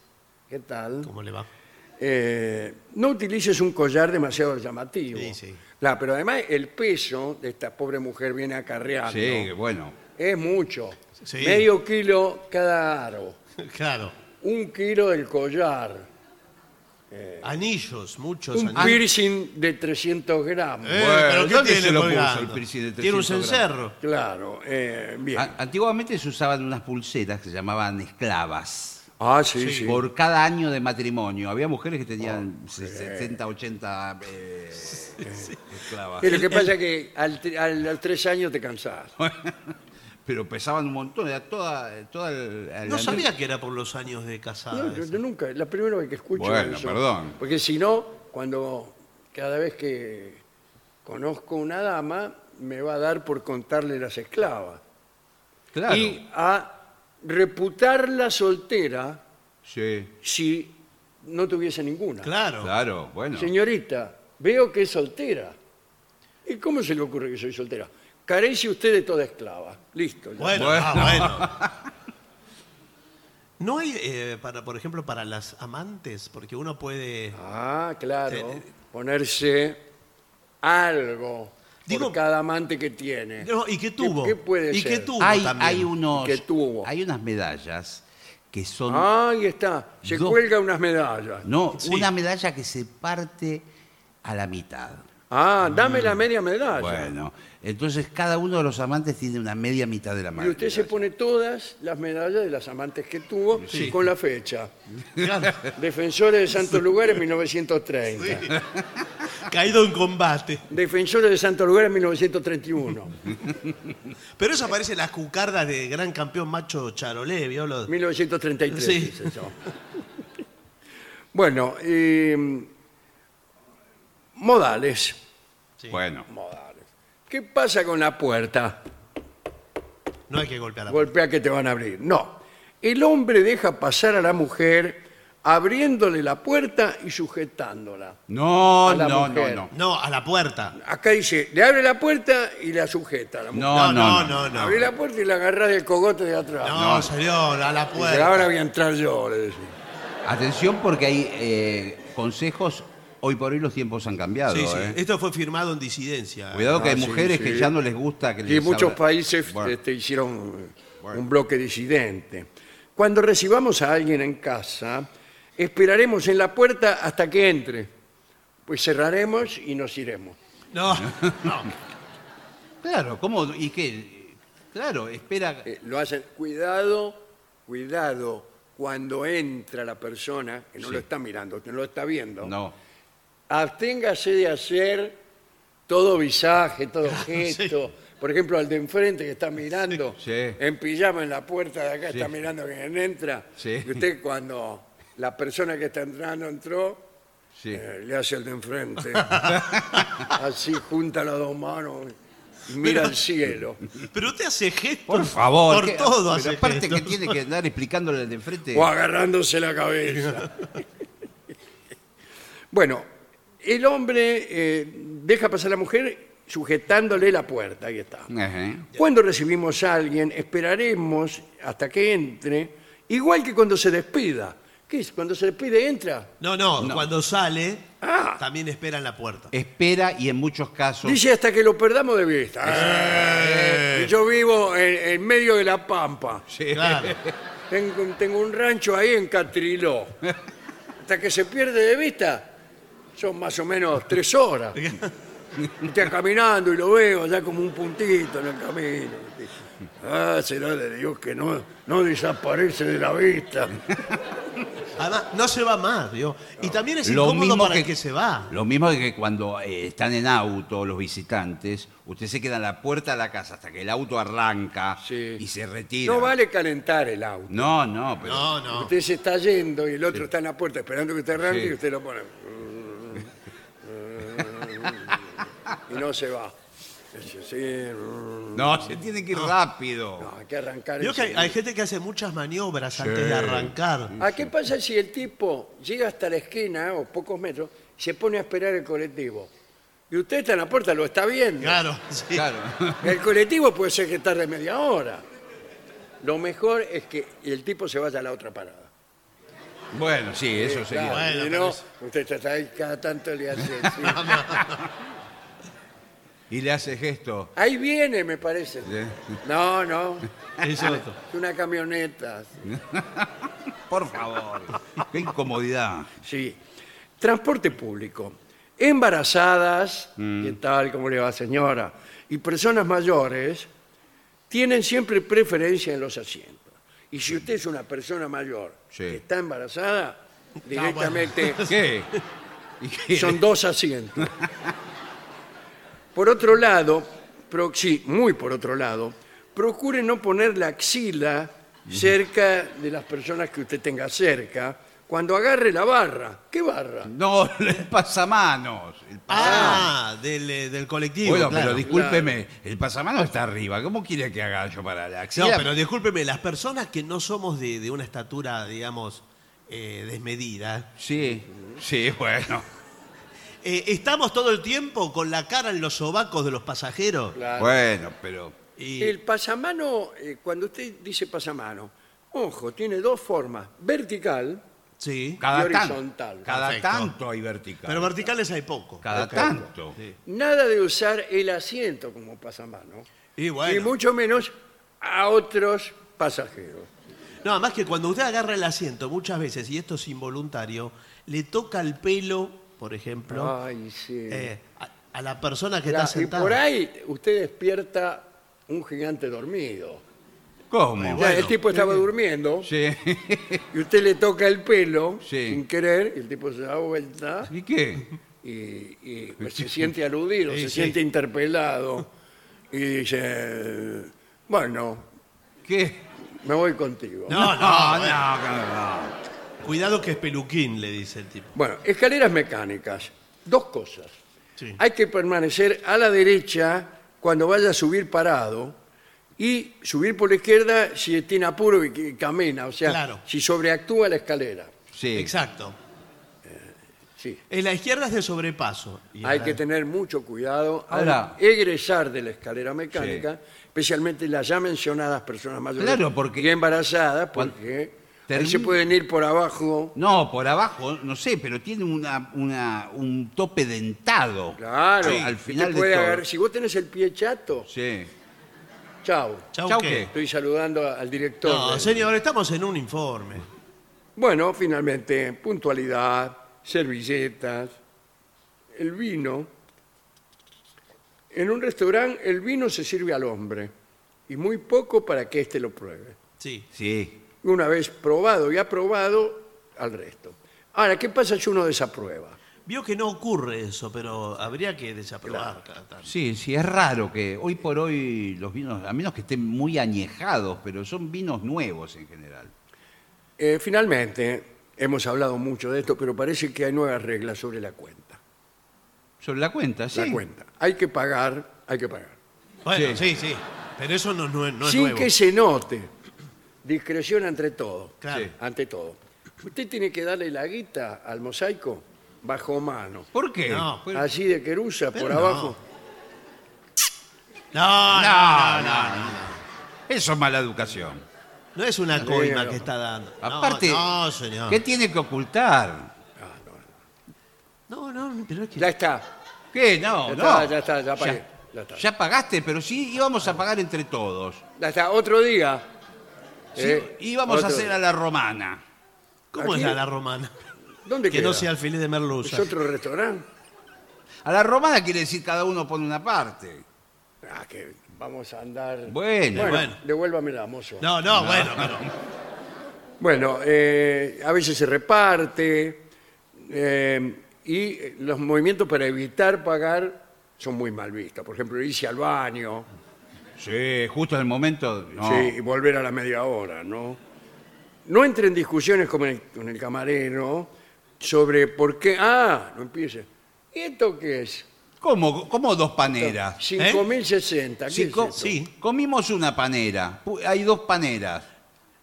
¿qué tal?
¿Cómo le va?
Eh, no utilices un collar demasiado llamativo.
Sí, sí.
Claro, pero además el peso de esta pobre mujer viene acarreando.
Sí, bueno.
Es mucho.
Sí.
Medio kilo cada aro.
Claro.
Un kilo del collar.
Anillos, muchos
Un
anillos.
piercing de 300 gramos.
Eh,
Bueno,
pero ¿qué
¿dónde
tiene
se lo puso
colgando?
el piercing de
Tiene un
300
cencerro.
Claro, eh, bien.
A- Antiguamente se usaban unas pulseras que se llamaban esclavas.
Ah, sí, sí.
Por cada año de matrimonio. Había mujeres que tenían 70, 80 eh, esclavas.
Y lo que pasa es que al, tre- al- al tres años te cansás.
Pero pesaban un montón, era toda, toda el- el-
No sabía que era por los años de casada.
No, yo, yo nunca, la primera vez que escucho
Bueno,
eso.
perdón.
Porque si no, cuando cada vez que conozco una dama, me va a dar por contarle las esclavas.
Claro.
Y a reputarla soltera
Sí,
si no tuviese ninguna.
Claro.
claro, bueno.
Señorita, veo que es soltera. ¿Y cómo se le ocurre que soy soltera? Carece usted de toda esclava. Listo. ya.
Bueno,
Bueno.
ah, bueno. No hay, eh, para, por ejemplo, para las amantes, porque uno puede.
Ah, claro.
Sí.
Ponerse algo
Digo-
por cada amante que tiene.
No, ¿Y qué tuvo?
qué puede
¿Y
ser?
qué tuvo
Hay,
también?
hay unos,
Que tuvo. Ah,
hay unas medallas que son...
Ahí está. Se
Dos.
cuelga unas medallas.
No,
Sí.
una medalla que se parte a la mitad.
Ah, dame la media medalla.
Bueno, entonces cada uno de los amantes tiene una media mitad de la
y
mano.
usted se pone todas las medallas de las amantes que tuvo con la fecha. Defensores de Santos Lugares 1930.
Caído en combate.
Defensores de Santos Lugares 1931.
Pero eso aparece en las cucardas de gran campeón macho Charolé, ¿vio? Lo-
1933.
Sí.
es eso. Bueno, eh, modales.
Bueno,
Modales. ¿Qué pasa con la puerta?
No hay que golpear la
Golpea que te van a abrir. No. El hombre deja pasar a la mujer abriéndole la puerta y sujetándola.
no,
A la
no, no,
mujer.
no.
No, a la puerta.
Acá dice, le abre la puerta y la sujeta a la mujer.
No, no,
no, no. No,
Abre la puerta y la agarra del cogote de atrás.
No, señor, a la
Dice,
puerta.
ahora voy a entrar yo, le decía.
Atención porque hay eh, consejos, hoy por hoy los tiempos han cambiado.
Sí, sí.
¿eh?
Esto fue firmado en disidencia.
Cuidado que
Ah,
hay
sí,
mujeres
sí.
que ya no les gusta que
Y
les
muchos
abra-
países
Bueno,
este, hicieron eh,
Bueno.
un bloque disidente. Cuando recibamos a alguien en casa, esperaremos en la puerta hasta que entre. Pues cerraremos y nos iremos.
No, no.
Claro, ¿cómo? ¿Y qué? Claro, espera.
Eh, lo hacen, cuidado, cuidado, cuando entra la persona, que no lo está mirando, que no lo está viendo,
No.
absténgase de hacer todo visaje, todo gesto. Por ejemplo, al de enfrente que está mirando,
Sí.
en pijama en la puerta de acá, está mirando quién entra.
Sí.
Y usted cuando la persona que está entrando entró,
Sí.
eh, le hace al de enfrente. Así junta las dos manos y mira al cielo.
Pero usted hace gestos.
Por favor.
Por
que-
todo
pero
hace
aparte
gestos.
que tiene que andar explicándole al de enfrente.
O agarrándose la cabeza. bueno, el hombre eh, deja pasar a la mujer sujetándole la puerta, ahí está.
Ajá.
Cuando recibimos a alguien, esperaremos hasta que entre, igual que cuando se despida. ¿Qué es? Cuando se despide, entra.
No, no, cuando sale,
Ah.
también espera en la puerta.
Espera y en muchos casos.
Dice hasta que lo perdamos de vista. Ah, y Yo vivo en, en medio de la pampa.
Claro.
Tengo, tengo un rancho ahí en Catriló. Hasta que se pierde de vista, son más o menos tres horas. Y Está caminando y lo veo ya como un puntito en el camino. Ah, será de Dios que no, no desaparece de la vista.
Además, no se va más, ¿vio? Y también es
lo
incómodo
mismo
para el que se va.
Lo mismo que cuando eh, están en auto los visitantes, usted se queda en la puerta de la casa hasta que el auto arranca
Sí.
y se retira.
No vale calentar el auto.
No, no, pero
No, no.
Usted se está yendo y el otro está en la puerta esperando que usted arranque
Sí.
y usted lo pone. Y no se va. Dice, Sí,
no, se tiene que ir rápido.
no, hay que arrancar.
Vio que hay,
enseguida.
hay gente que hace muchas maniobras antes de arrancar.
¿A qué pasa si el tipo llega hasta la esquina o pocos metros y se pone a esperar el colectivo? Y usted está en la puerta, lo está viendo.
Claro, sí.
Claro.
El colectivo puede ser que tarde media hora. Lo mejor es que el tipo se vaya a la otra parada.
Bueno, sí, eso sería.
Claro,
Bueno,
y
pero
no,
es-
usted está ahí cada tanto le hace. sí.
Y le hace gesto.
Ahí viene, me parece.
Sí.
No, no.
Eso es otro.
Es Una camioneta.
Por favor. Qué incomodidad.
Sí. Transporte público. Embarazadas,
Mm.
¿qué tal? ¿Cómo le va, señora? Y personas mayores tienen siempre preferencia en los asientos. Y si usted es una persona mayor
Sí.
que está embarazada, directamente
¿Qué? ¿Y qué?
son dos asientos. Por otro lado, pro- sí, muy por otro lado, procure no poner la axila cerca de las personas que usted tenga cerca cuando agarre la barra. ¿Qué barra?
No, el pasamanos. El pasamanos.
Ah, del, eh, del colectivo.
bueno,
claro.
pero discúlpeme, el pasamanos está arriba. ¿Cómo quiere que haga yo para la
No,
acción?
pero discúlpeme, las personas que no somos de, de una estatura, digamos, eh, desmedida,
Sí, sí, bueno.
eh, estamos todo el tiempo con la cara en los sobacos de los pasajeros.
Claro.
Bueno, pero.
Y,
El pasamano, eh, cuando usted dice pasamano, ojo, tiene dos formas, vertical
sí,
Cada
Y horizontal.
tanto. Cada
Perfecto.
tanto hay vertical.
pero verticales hay poco.
Cada tanto.
nada de usar el asiento como pasamano,
Y
y
bueno.
mucho menos a otros pasajeros.
No, además que cuando usted agarra el asiento muchas veces, y esto es involuntario, le toca el pelo, por ejemplo.
Ay, Ah, sí.
eh, a- a la persona que
La-
está
y
sentada.
por ahí usted despierta un gigante dormido.
¿Cómo?
Ya, el tipo estaba durmiendo
Sí.
y usted le toca el pelo
Sí.
sin querer y el tipo se da vuelta
¿Y qué?
y, y, pues, se siente aludido,
Sí,
se
sí.
siente interpelado y dice, bueno,
¿Qué?
me voy contigo.
No, no, no.
no, no.
Cuidado que es peluquín, le dice el tipo.
Bueno, escaleras mecánicas. Dos cosas.
Sí.
Hay que permanecer a la derecha cuando vaya a subir parado y subir por la izquierda si tiene apuro y que camina, o sea,
Claro.
si sobreactúa la escalera.
Sí.
Exacto.
Sí.
En la izquierda es de sobrepaso. y en
Hay
la-
que tener mucho cuidado al
Ahora-
egresar de la escalera mecánica, especialmente las ya mencionadas personas mayores
Claro, porque-
y embarazadas, porque
Cuan-
ahí se
termi-
pueden ir por abajo.
No, por abajo, no sé, pero tiene una, una- un tope dentado.
Claro,
Sí, al
usted
final de
puede
todo.
agarrar- Si vos tenés el pie chato,
Sí.
chao.
Chau,
Chau,
¿qué?
¿qué?
Estoy saludando a- al director.
No,
del-
señor, estamos en un informe.
Bueno, finalmente, puntualidad, servilletas, el vino. En un restaurante el vino se sirve al hombre y muy poco para que éste lo pruebe.
Sí.
Sí.
Una vez probado y aprobado, al resto. Ahora, ¿qué pasa si uno desaprueba?
Vio que no ocurre eso, pero habría que desaprobar cada tanto.
Sí, sí, es raro que hoy por hoy los vinos, a menos que estén muy añejados, pero son vinos nuevos en general.
Eh, finalmente, hemos hablado mucho de esto, pero parece que hay nuevas reglas sobre la cuenta.
Sobre la cuenta, sí.
La cuenta. Hay que pagar, hay que pagar.
Bueno, sí, sí. Pero eso no, es nue- no es
sin
nuevo.
que se note. Discreción ante todo.
Claro.
Sí.
Ante todo. Usted tiene que darle la guita al mosaico bajo mano.
¿Por qué?
No.
Pues-
Así de querusa,
Pero
por
no.
abajo.
No,
Ah,
no, no, no, no.
Eso es mala educación.
No es una coima
no.
que está dando. No,
Aparte,
No, señor.
¿qué tiene que ocultar?
No, no, pero es que.
Ya está.
¿Qué? No,
Ya
no.
está, ya está, ya pagué.
Ya,
Ya está.
ya pagaste, pero sí íbamos a pagar entre todos.
Ya está. Otro día.
Sí,
Eh,
íbamos a
otro
hacer
día.
a la romana.
¿Cómo
aquí-
es la, la romana?
¿Dónde
Que
queda?
no sea alfiler de
¿Es
merluza.
otro restaurante?
A la romana quiere decir cada uno pone una parte.
Ah, que vamos a andar...
Bueno,
bueno.
devuélvame la mozo.
No, no, bueno, pero.
Bueno, eh, a veces se reparte eh, y los movimientos para evitar pagar son muy mal vistos. Por ejemplo, irse al baño
Sí, justo en el momento. No.
sí, y volver a la media hora, ¿no? No entre en discusiones con el, con el camarero sobre por qué... Ah, no empiece. ¿Y esto qué es?
¿Cómo, cómo dos paneras?
¿eh?
5.060. ¿qué
Si
es
co-
esto?
sí, comimos una panera. Pu- Hay dos paneras.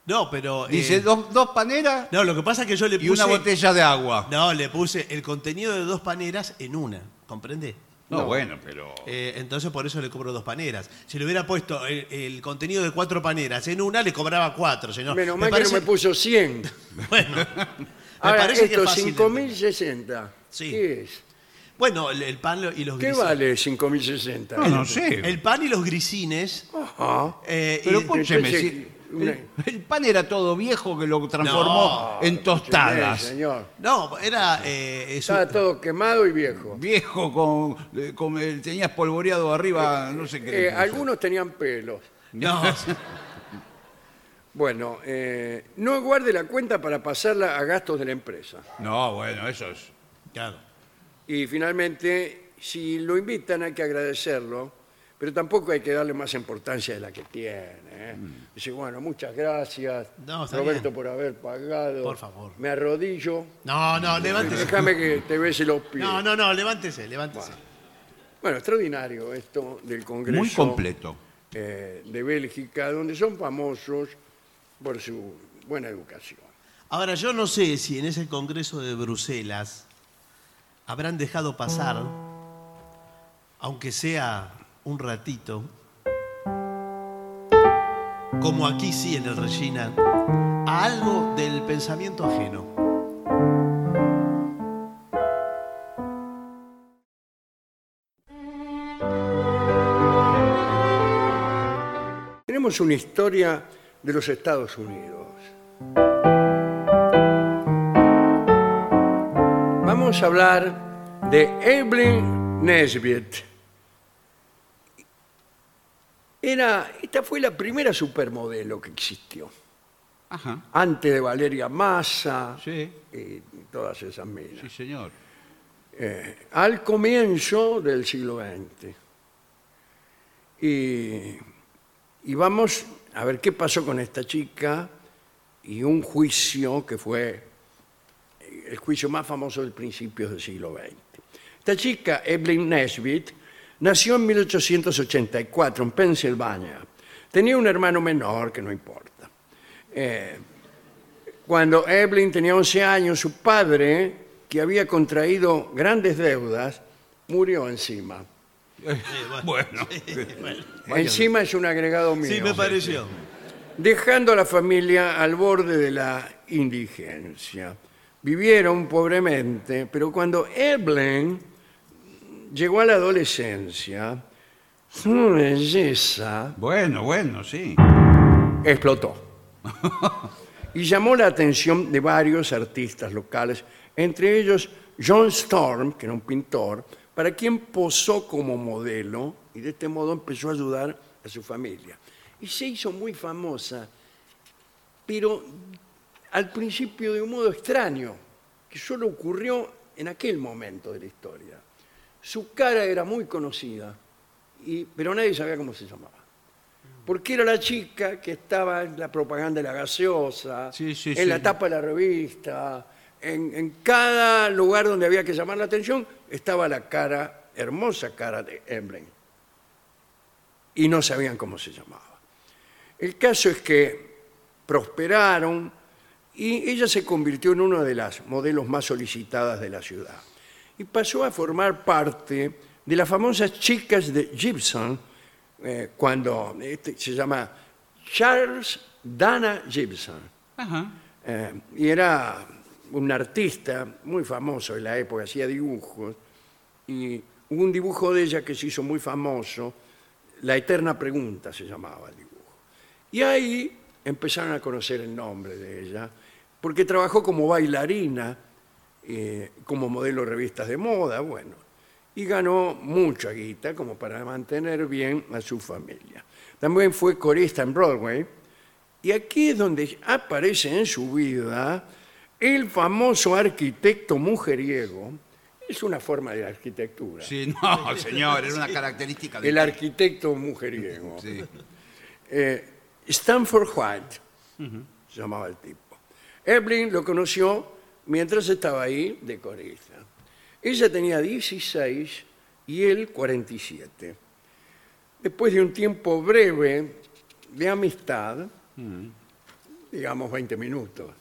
No, pero. eh,
Dice dos, dos paneras
No, lo que pasa es que yo le puse.
y una botella de agua.
No, le puse el contenido de dos paneras en una. ¿Comprende?
No, bueno, pero.
Eh, entonces por eso le cobro dos paneras. Si le hubiera puesto el, el contenido de cuatro paneras en una, le cobraba cuatro, señor.
Menos
Me
mal
parece-
que no me puso 100.
Bueno, me
Ahora,
parece que
esto,
es fácil de entender.
5.060.
Sí.
¿Qué es?
Bueno, el, el pan lo- y los
¿Qué
grisines.
vale 5.060?
No, no sé.
El pan y los grisines.
Oh, Ajá.
eh,
pero
y-
escúcheme,
entonces,
si-
una-
el, el pan era todo viejo que lo transformó
No,
en
Sí,
tostadas.
señor.
no, era. eh, es un-
Estaba todo quemado y viejo.
Viejo con, eh, con el- tenías polvoreado arriba, no sé qué. le
Eh,
puso.
algunos tenían pelos.
No,
Bueno, eh, no guarde la cuenta para pasarla a gastos de la empresa.
No, bueno, eso es.
claro.
Y finalmente, si lo invitan hay que agradecerlo, pero tampoco hay que darle más importancia de la que tiene. ¿eh? Dice, bueno, muchas gracias,
Mm. No, está
Roberto,
bien.
por haber pagado.
Por favor.
Me arrodillo.
No, no, levántese.
Déjame que te bese los pies.
No, no, no, levántese, levántese.
Bueno, extraordinario esto del Congreso.
Muy completo.
eh, de Bélgica, donde son famosos por su buena educación.
Ahora, yo no sé si en ese Congreso de Bruselas habrán dejado pasar, aunque sea un ratito, como aquí sí en el Regina, a algo del pensamiento ajeno.
Tenemos una historia de los Estados Unidos. Vamos a hablar de Evelyn Nesbitt. Era, esta fue la primera supermodelo que existió,
Ajá.
antes de Valeria Massa
Sí,
y todas esas minas.
sí, señor.
eh, al comienzo del siglo XX. Y, y vamos a ver qué pasó con esta chica y un juicio que fue eh, el juicio más famoso del principio del siglo XX. Esta chica, Evelyn Nesbit, nació en 1884 en Pensilvania. Tenía un hermano menor, que no importa. Eh, cuando Evelyn tenía 11 años, su padre, que había contraído grandes deudas, murió encima.
Eh,
Bueno,
Encima es un agregado mío.
Sí, me pareció.
Dejando a la familia al borde de la indigencia. Vivieron pobremente, pero cuando Evelyn llegó a la adolescencia, su belleza
bueno, bueno, sí.
explotó. y llamó la atención de varios artistas locales, entre ellos John Storm, que era un pintor, para quien posó como modelo y de este modo empezó a ayudar a su familia. Y se hizo muy famosa, pero al principio de un modo extraño, que solo ocurrió en aquel momento de la historia. Su cara era muy conocida, y- pero nadie sabía cómo se llamaba. Porque era la chica que estaba en la propaganda de la gaseosa,
Sí, sí,
en
sí.
la tapa de la revista, en, en cada lugar donde había que llamar la atención, estaba la cara, hermosa cara de Emblem. Y no sabían cómo se llamaba. El caso es que prosperaron y ella se convirtió en una de las modelos más solicitadas de la ciudad. Y pasó a formar parte de las famosas chicas de Gibson, eh, cuando este se llama Charles Dana Gibson.
Ajá.
Eh, y era un artista muy famoso en la época, hacía dibujos. Y hubo un dibujo de ella que se hizo muy famoso, La Eterna Pregunta se llamaba el dibujo. Y ahí empezaron a conocer el nombre de ella, porque trabajó como bailarina, eh, como modelo de revistas de moda, bueno, y ganó mucha guita como para mantener bien a su familia. También fue corista en Broadway, y aquí es donde aparece en su vida el famoso arquitecto mujeriego, es una forma de arquitectura,
Sí, no, señor, era una característica de...
el arquitecto mujeriego.
Sí.
Eh, Stanford White, se llamaba el tipo. Evelyn lo conoció mientras estaba ahí de corista. Ella tenía 16 y él 47. Después de un tiempo breve de amistad, digamos 20 minutos,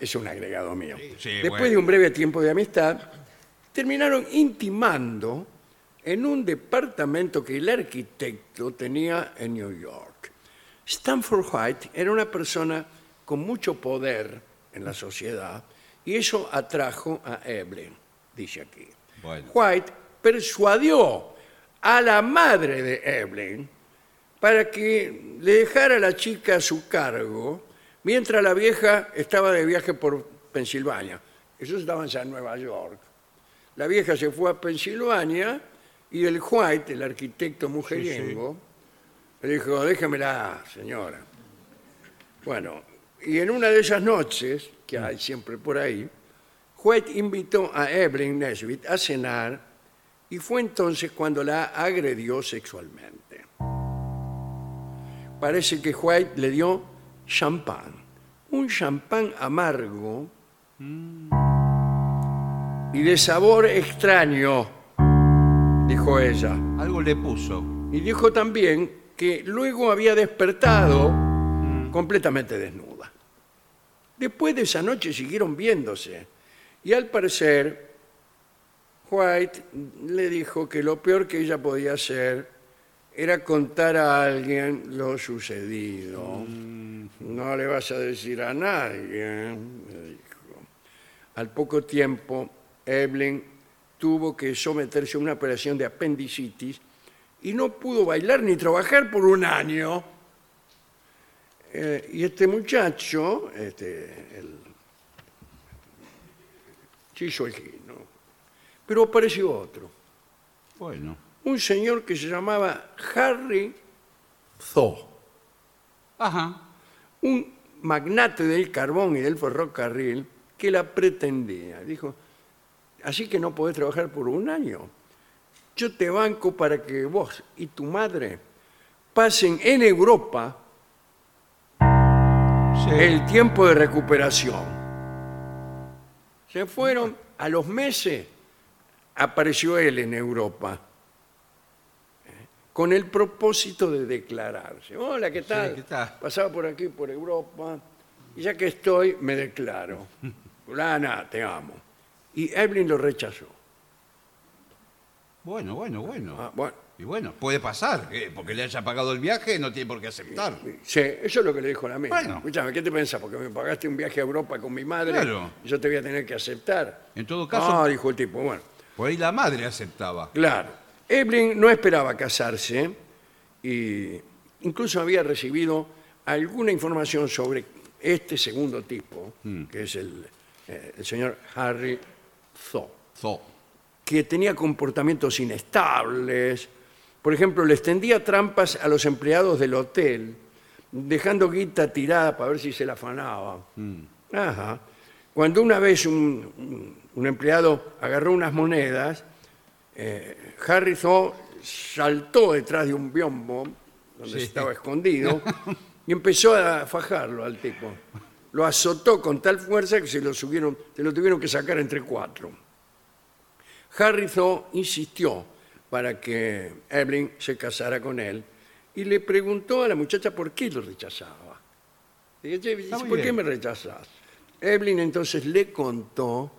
es un agregado mío.
sí,
Después
bueno.
de un breve tiempo de amistad, terminaron intimando en un departamento que el arquitecto tenía en New York. Stanford White era una persona con mucho poder en la sociedad y eso atrajo a Evelyn, dice aquí.
Bueno.
White persuadió a la madre de Evelyn para que le dejara a la chica a su cargo mientras la vieja estaba de viaje por Pensilvania. Ellos estaban ya en Nueva York. La vieja se fue a Pensilvania y el White, el arquitecto mujeriego, le dijo, déjemela, señora. Bueno, y en una de esas noches, que hay siempre por ahí, White invitó a Evelyn Nesbit a cenar y fue entonces cuando la agredió sexualmente. Parece que White le dio champán, un champán amargo y de sabor extraño, dijo ella.
Algo le puso.
Y dijo también que luego había despertado completamente desnuda. Después de esa noche siguieron viéndose y al parecer White le dijo que lo peor que ella podía hacer era contar a alguien lo sucedido. No le vas a decir a nadie, le dijo. Al poco tiempo, Evelyn tuvo que someterse a una operación de apendicitis y no pudo bailar ni trabajar por un año. Eh, y este muchacho, este, el Chiso Pero apareció otro.
Bueno.
un señor que se llamaba Harry Zoo,
Ajá.
un magnate del carbón y del ferrocarril que la pretendía. Dijo, así que no podés trabajar por un año. Yo te banco para que vos y tu madre pasen en Europa el tiempo de recuperación. Se fueron, a los meses apareció él en Europa ¿eh? con el propósito de declararse. Hola, ¿qué tal?
¿qué tal?
Pasaba por aquí, por Europa, y ya que estoy, me declaro. Lana, te amo. Y Evelyn lo rechazó.
Bueno, bueno, bueno.
Ah, bueno,
Y bueno, puede pasar, que porque le haya pagado el viaje no tiene por qué aceptar.
Sí, eso es lo que le dijo la mía.
Bueno.
Escúchame, ¿qué te pensás? Porque me pagaste un viaje a Europa con mi madre,
Claro.
yo te voy a tener que aceptar.
En todo caso,
No, dijo el tipo, bueno,
por ahí la madre aceptaba.
claro. Evelyn no esperaba casarse y incluso había recibido alguna información sobre este segundo tipo,
Mm.
que es el, eh, el señor Harry Thaw,
Zo.
que tenía comportamientos inestables. Por ejemplo, les tendía trampas a los empleados del hotel, dejando guita tirada para ver si se la afanaba. Ajá. Cuando una vez un, un- un empleado agarró unas monedas, eh, Harrison saltó detrás de un biombo donde
Sí.
estaba escondido y empezó a fajarlo al tipo. Lo azotó con tal fuerza que se lo, subieron- se lo tuvieron que sacar entre cuatro. Harrison insistió para que Evelyn se casara con él y le preguntó a la muchacha por qué lo rechazaba. Dije, "Che,
muy
¿por qué
bien.
me rechazás? Evelyn entonces le contó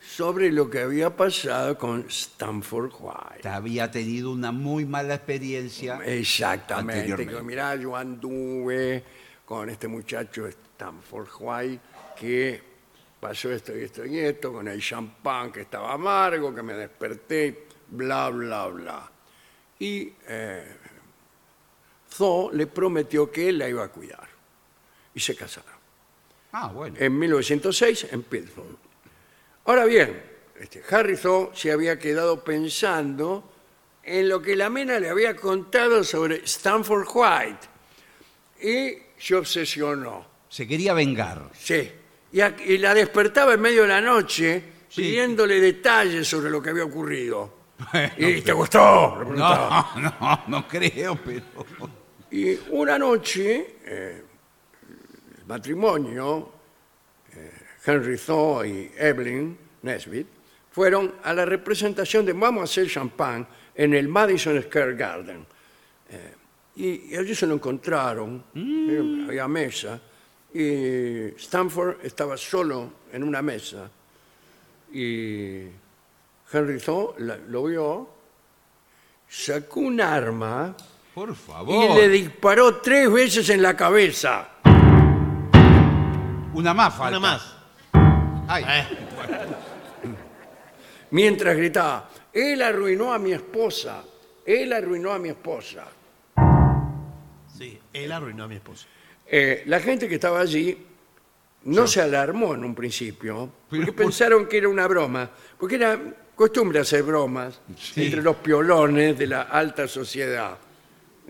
sobre lo que había pasado con Stanford White.
Había tenido una muy mala experiencia.
Exactamente.
Anteriormente.
Digo, mirá, yo anduve con este muchacho Stanford White que pasó esto y esto y esto, con el champán que estaba amargo, que me desperté, bla, bla, bla. Y eh, Thaw le prometió que él la iba a cuidar. Y se casaron
Ah, bueno.
en 1906 en Pittsburgh. Ahora bien, este, Harrison se había quedado pensando en lo que la mena le había contado sobre Stanford White y se obsesionó.
Se quería vengar.
Sí. Y, a- y la despertaba en medio de la noche
Sí.
pidiéndole detalles sobre lo que había ocurrido. ¿Y te gustó? Le preguntaba.
No, no, no creo, pero.
Y una noche, eh, el matrimonio, eh, Henry Thaw y Evelyn Nesbitt, fueron a la representación de Vamos a hacer champán en el Madison Square Garden. Eh, y, y allí se lo encontraron, eh, había mesa, y Stanford estaba solo en una mesa. Y Henry Thaw la- lo vio, sacó un arma
Por favor.
y le disparó tres veces en la cabeza.
Una más falta.
Una más. Eh,
Ay.
Mientras gritaba, él arruinó a mi esposa, él arruinó a mi esposa.
Sí, él arruinó a mi esposo.
Eh, la gente que estaba allí no se alarmó en un principio, porque
Pero pues por-
pensaron que era una broma, porque era costumbre hacer bromas
Sí.
entre los piolones de la alta sociedad.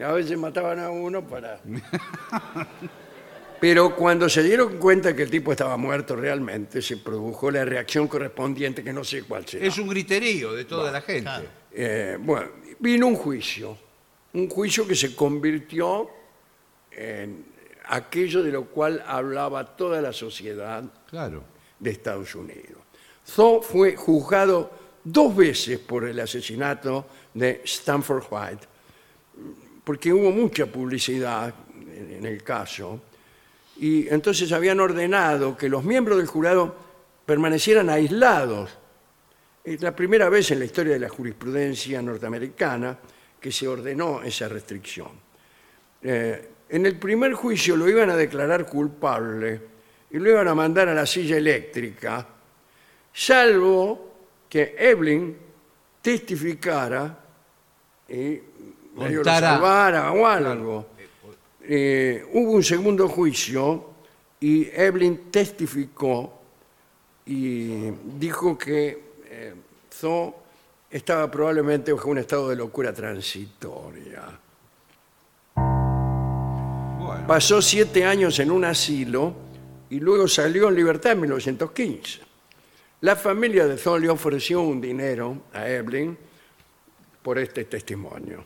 A veces mataban a uno para... Pero cuando se dieron cuenta que el tipo estaba muerto realmente, se produjo la reacción correspondiente, que no sé cuál será.
Es un griterío de toda la gente.
claro.
Eh, bueno, vino un juicio, un juicio que se convirtió en aquello de lo cual hablaba toda la sociedad
Claro.
de Estados Unidos. Zoe fue juzgado dos veces por el asesinato de Stanford White, porque hubo mucha publicidad en en el caso, y entonces habían ordenado que los miembros del jurado permanecieran aislados. Es la primera vez en la historia de la jurisprudencia norteamericana que se ordenó esa restricción. Eh, en el primer juicio lo iban a declarar culpable y lo iban a mandar a la silla eléctrica, salvo que Evelyn testificara y medio lo
Contara.
salvara o algo. Eh, hubo un segundo juicio y Evelyn testificó y dijo que eh, Zoe estaba probablemente bajo un estado de locura transitoria.
Bueno.
Pasó siete años en un asilo y luego salió en libertad en 1915. La familia de Zoll le ofreció un dinero a Evelyn por este testimonio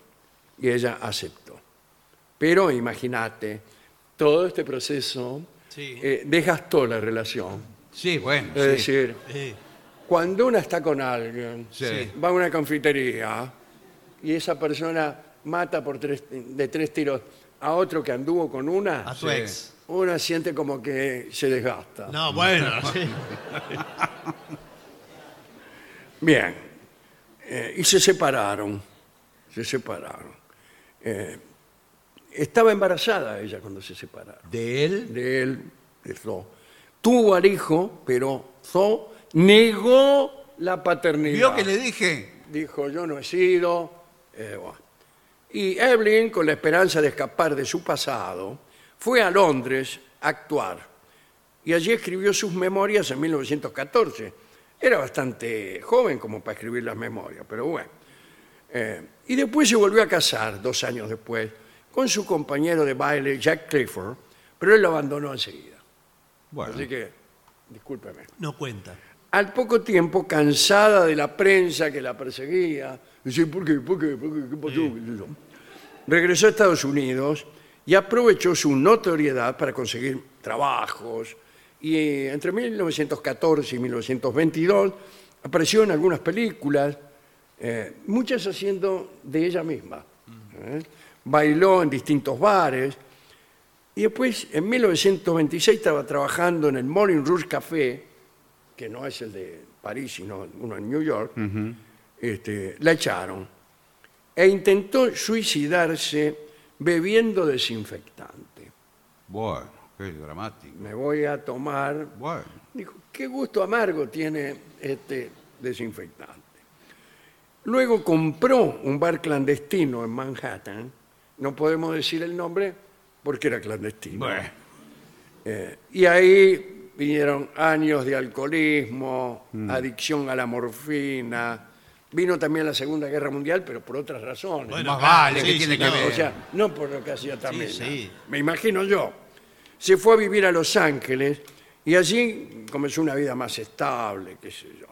y ella aceptó. Pero imagínate, todo este proceso
Sí.
eh, desgastó la relación.
Sí, bueno.
Es
sí.
decir,
Eh,
cuando una está con alguien,
Sí.
va a una confitería y esa persona mata por tres- de tres tiros a otro que anduvo con una,
a tu
Sí.
ex.
una siente como que se desgasta.
No, bueno, sí.
Bien, Eh, y se separaron, se separaron. Eh, estaba embarazada ella cuando se separaron.
¿De él?
de él, de Zo. Tuvo al hijo, pero Zo negó la paternidad.
¿Vio que le dije?
Dijo, yo no he sido. eh, bueno. Y Evelyn, con la esperanza de escapar de su pasado, fue a Londres a actuar. Y allí escribió sus memorias en 1914. Era bastante joven como para escribir las memorias, pero bueno. Eh, y después se volvió a casar, dos años después, con su compañero de baile, Jack Clifford, pero él lo abandonó enseguida.
Bueno.
Así que, discúlpeme.
No cuenta.
Al poco tiempo, cansada de la prensa que la perseguía, decía, ¿por qué? ¿Por qué? ¿Por qué? ¿Qué pasó? ¿Qué sé yo? regresó a Estados Unidos y aprovechó su notoriedad para conseguir trabajos. Y eh, entre 1914 y 1922 apareció en algunas películas, eh, muchas haciendo de ella misma. ¿eh? Bailó en distintos bares. Y después, en 1926, estaba trabajando en el Morning Rouge Café, que no es el de París, sino uno en New York, este, la echaron. E intentó suicidarse bebiendo desinfectante.
Bueno, qué dramático.
Me voy a tomar.
Bueno.
Dijo, qué gusto amargo tiene este desinfectante. Luego compró un bar clandestino en Manhattan. No podemos decir el nombre porque era clandestino.
Bueno.
Y ahí vinieron años de alcoholismo, adicción a la morfina. Vino también la Segunda Guerra Mundial, pero por otras razones.
Bueno,
Más vale,
sí,
¿qué
sí,
tiene que
no,
ver?
O sea, no por lo que hacía también.
sí.
Me imagino yo. Se fue a vivir a Los Ángeles y allí comenzó una vida más estable, qué sé yo.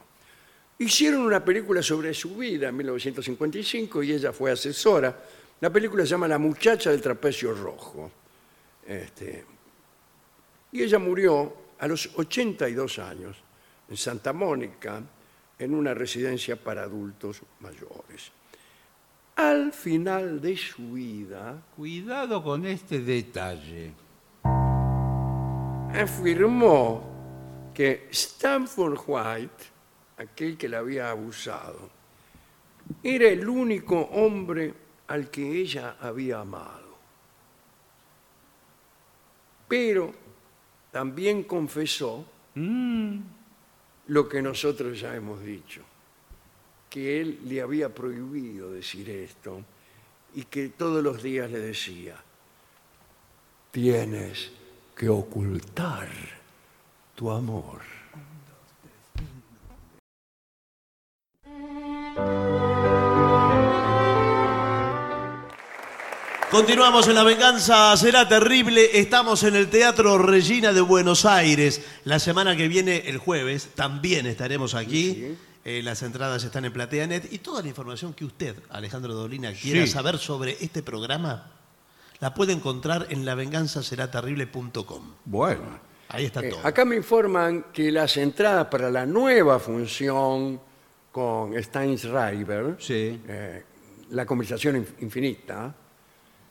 Hicieron una película sobre su vida en 1955 y ella fue asesora. La película se llama La muchacha del trapecio rojo. Este, y ella murió a los 82 años en Santa Mónica, en una residencia para adultos mayores. Al final de su vida,
Cuidado con este detalle.
afirmó que Stanford White, aquel que la había abusado, era el único hombre al que ella había amado. Pero también confesó lo que nosotros ya hemos dicho, que él le había prohibido decir esto y que todos los días le decía, tienes que ocultar tu amor.
Continuamos en La Venganza Será Terrible. Estamos en el Teatro Regina de Buenos Aires. La semana que viene, el jueves, también estaremos aquí. Eh, las entradas están en PlateaNet. Y toda la información que usted, Alejandro Dolina, quiera saber sobre este programa, la puede encontrar en lavenganzaseraterrible.com.
Bueno.
Ahí está
Eh,
todo.
acá me informan que las entradas para la nueva función con Steinschreiber,
Sí.
eh, la conversación in- infinita,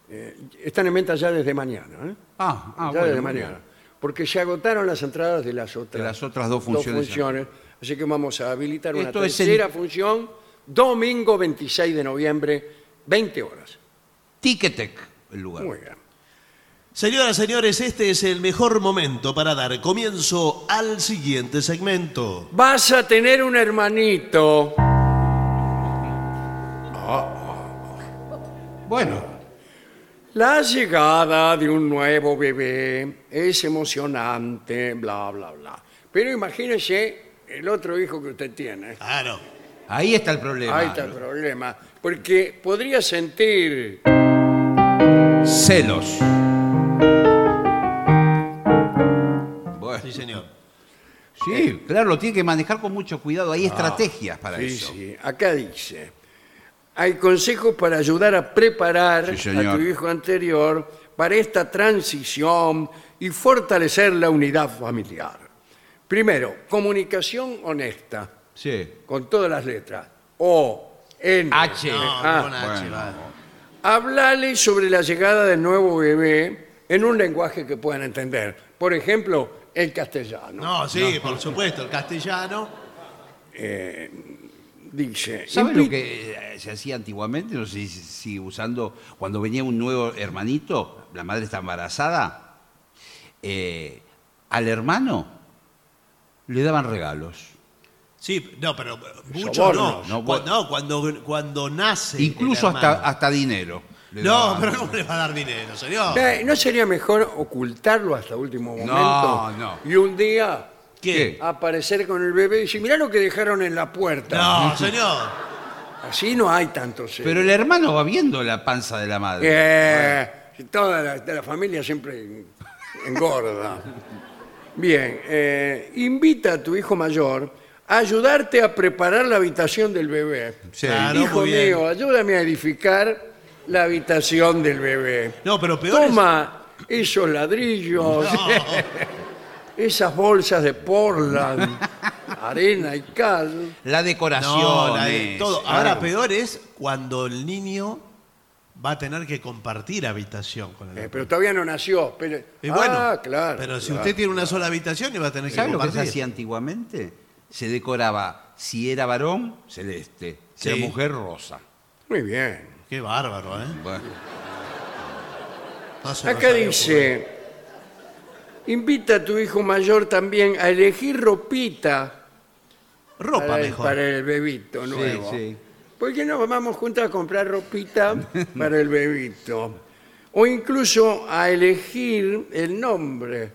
eh, están en venta ya desde mañana. ¿eh?
Ah, ah,
ya
bueno,
desde
muy
mañana.
bien.
Porque se agotaron las entradas de las otras,
De las otras dos funciones.
funciones, así que vamos a habilitar una
Esto es en-
tercera función domingo 26 de noviembre, 20 horas.
Ticketek, el lugar.
Muy bien.
Señoras, señores, este es el mejor momento para dar comienzo al siguiente segmento.
Vas a tener un hermanito.
Bueno.
La llegada de un nuevo bebé es
Ah,
emocionante, bla, bla, bla. Pero imagínese el otro hijo que usted tiene.
Claro.
Ahí está el problema.
Ahí está el problema. Porque podría sentir
Celos. Bueno,
Sí, señor.
sí, claro, lo tiene que manejar con mucho cuidado. Hay estrategias para
Sí,
eso.
sí. Acá dice, hay consejos para ayudar a preparar
Sí,
a
señor.
tu hijo anterior para esta transición y fortalecer la unidad familiar. Primero, comunicación honesta,
Sí.
con todas las letras. O, N.
H.
No,
Ah,
con H,
bueno.
va.
Háblale sobre la llegada del nuevo bebé en un lenguaje que puedan entender. Por ejemplo, el castellano.
No, sí, por supuesto, el castellano.
Dice,
¿Saben lo
"Invita-
que eh, se hacía antiguamente? No sé si, si usando, cuando venía un nuevo hermanito, la madre está embarazada, eh, al hermano le daban regalos.
Sí, no, pero mucho no.
Sobornos,
no,
No,
bueno.
cuando, cuando, nace. el
Incluso hasta,
hermano.
hasta dinero. le
No,
daban.
pero ¿cómo le va a dar dinero, señor?
Eh, ¿No sería mejor ocultarlo hasta último momento?
no.
Y un día
¿Qué?
aparecer con el bebé y decir, mirá lo que dejaron en la puerta.
No, señor.
Así no hay tanto celo.
Pero el hermano va viendo la panza de la madre.
Eh, si toda la, de la familia siempre en- engorda. Bien, eh, invita a tu hijo mayor a ayudarte a preparar la habitación del bebé.
Sí.
Claro,
Hijo
Ah, muy bien.
mío, ayúdame a edificar la habitación del bebé.
No, pero peor
Toma esos ladrillos,
es. No,
esas bolsas de Portland, arena y cal.
La decoración.
no, la de
es-
todo.
claro.
Ahora peor es cuando el niño va a tener que compartir habitación con el
Eh, pero todavía no nació. Pero,
Y bueno,
ah, claro.
pero si
claro.
usted tiene una sola habitación y va a tener que
¿Sabe lo que se
compartir.
hacía antiguamente? Se decoraba, si era varón, celeste,
Sí.
si era mujer, rosa.
Muy bien.
Qué bárbaro, ¿eh?
Bueno,
No se lo
Acá
sabe ocurrir.
dice, invita a tu hijo mayor también a elegir ropita
Ropa
para, el,
mejor.
para el bebito nuevo.
sí.
¿Por qué no vamos juntos a comprar ropita para el bebito? O incluso a elegir el nombre.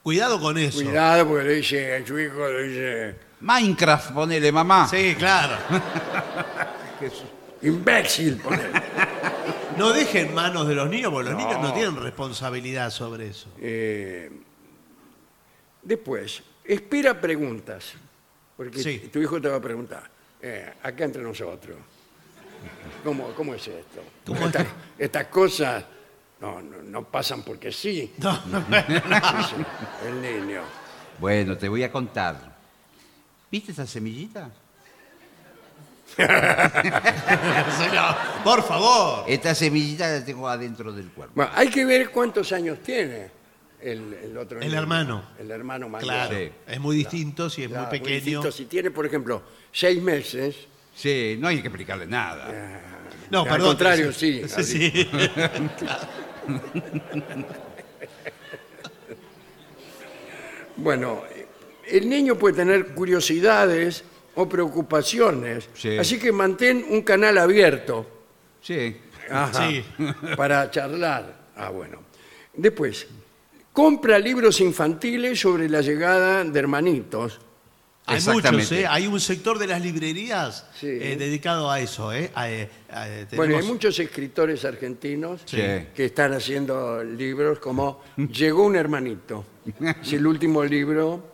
Cuidado con eso.
Cuidado porque le dice, a su hijo le dice,
Minecraft, ponele mamá.
Sí, claro.
imbécil. ponele.
No dejen manos de los niños, porque los niños no
No.
tienen responsabilidad sobre eso.
Eh, después, espera preguntas, porque
Sí.
tu hijo te va a preguntar, eh, acá entre nosotros, ¿cómo, cómo es esto? Estas, estas cosas no, no, no pasan porque sí,
No,
dice el niño.
Bueno, te voy a contar. ¿Viste esa semillita?
señor, por
Eh,
favor.
Esta semillita la tengo adentro del cuerpo.
Bueno, hay que ver cuántos años tiene el, el otro
El
niño,
hermano.
El hermano mayor.
Claro,
Sí.
es muy distinto si es
Claro,
muy pequeño.
insisto, si tiene, por ejemplo, seis meses,
Sí, no hay que explicarle nada.
No,
Al
perdón.
contrario, sí,
Sí, sí.
Bueno, el niño puede tener curiosidades o preocupaciones,
Sí.
así que mantén un canal abierto
Sí.
Ajá.
Sí.
para charlar. Ah, bueno. Después, compra libros infantiles sobre la llegada de hermanitos.
Hay
Exactamente.
muchos, ¿eh? Hay un sector de las librerías
Sí.
eh, dedicado a eso, ¿eh? A, eh, a, eh,
Bueno, hay
tenemos-
muchos escritores argentinos
Sí.
que están haciendo libros como Llegó un hermanito. Es el último libro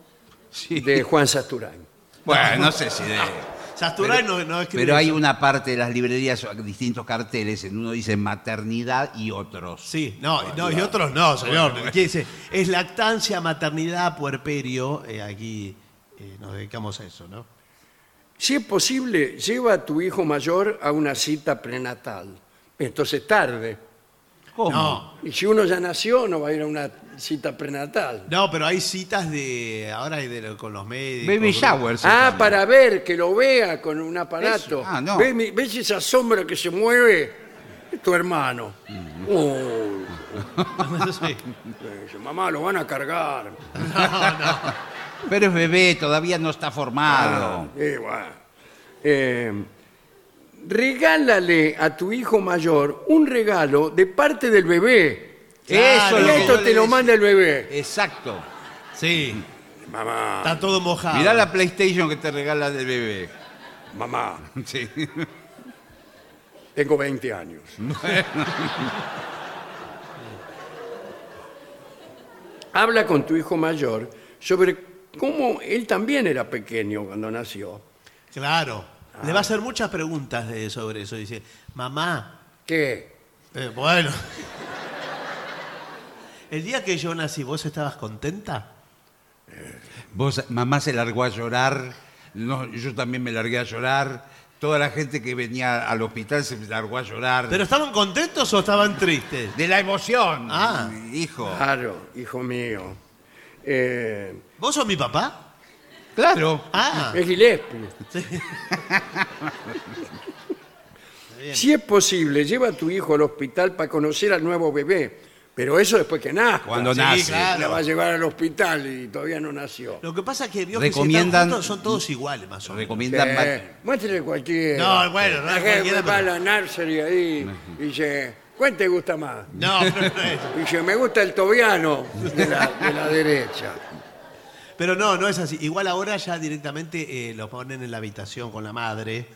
Sí.
de Juan Sasturain.
Bueno, no sé si de...
Sasturain no, no escribe
Pero hay
eso.
una parte de las librerías, distintos carteles, en uno dice maternidad y otros.
Sí, no, no, y otros no, señor. ¿Qué dice? Es lactancia, maternidad, puerperio. eh, aquí eh, nos dedicamos a eso, ¿no?
Si es posible, lleva a tu hijo mayor a una cita prenatal. Entonces tarde.
¿Cómo?
No,
Y si uno ya nació, no va a ir a una cita prenatal.
no, pero hay citas de. Ahora hay de, lo- con los médicos.
Baby
con-
shower. se
ah,
llama.
para ver, que lo vea con un aparato.
Eso. Ah, no.
¿Ves, mi- ves esa sombra que se mueve? Es tu hermano.
Mm.
Uy,
Sí.
le dice, mamá, lo van a cargar.
Pero es bebé, todavía no está formado.
Eh, bueno. Eh, regálale a tu hijo mayor un regalo de parte del bebé.
Eso
Y
es lo que
Ah, esto
yo
te
le
lo
decía.
manda el bebé.
Exacto.
Sí,
Mamá.
está todo mojado.
Mirá la PlayStation que te regala del bebé.
Mamá,
Sí.
tengo 20 años. Habla con tu hijo mayor sobre cómo él también era pequeño cuando nació.
Claro.
Ah.
Le va a hacer muchas preguntas de- sobre eso. Dice, mamá,
¿Qué?
eh, bueno. El día que yo nací, ¿vos estabas contenta?
Vos, mamá se largó a llorar, no, yo también me largué a llorar, toda la gente que venía al hospital se largó a llorar.
¿Pero estaban contentos o estaban tristes?
de la emoción,
Ah.
hijo.
Claro, hijo mío. Eh,
¿Vos sos mi papá?
Claro.
Ah,
es Gillespie. Si es posible, lleva a tu hijo al hospital para conocer al nuevo bebé. Pero eso después que nazca.
Cuando
Sí,
nace.
claro.
La va a llevar al hospital y todavía no nació.
lo que pasa es que vio que si
Recomiendan-
están juntos son todos iguales, más o menos.
Recomiendan
Eh, muéstrele cualquiera.
No, bueno, no
la
es
gente
cualquiera,
va a
pero-
la nursery ahí y dice, ¿cuál te gusta más?
No, pero no es.
Y dice, me gusta el tobiano de la, de la derecha.
Pero no, no es así. Igual ahora ya directamente eh, lo ponen en la habitación con la madre,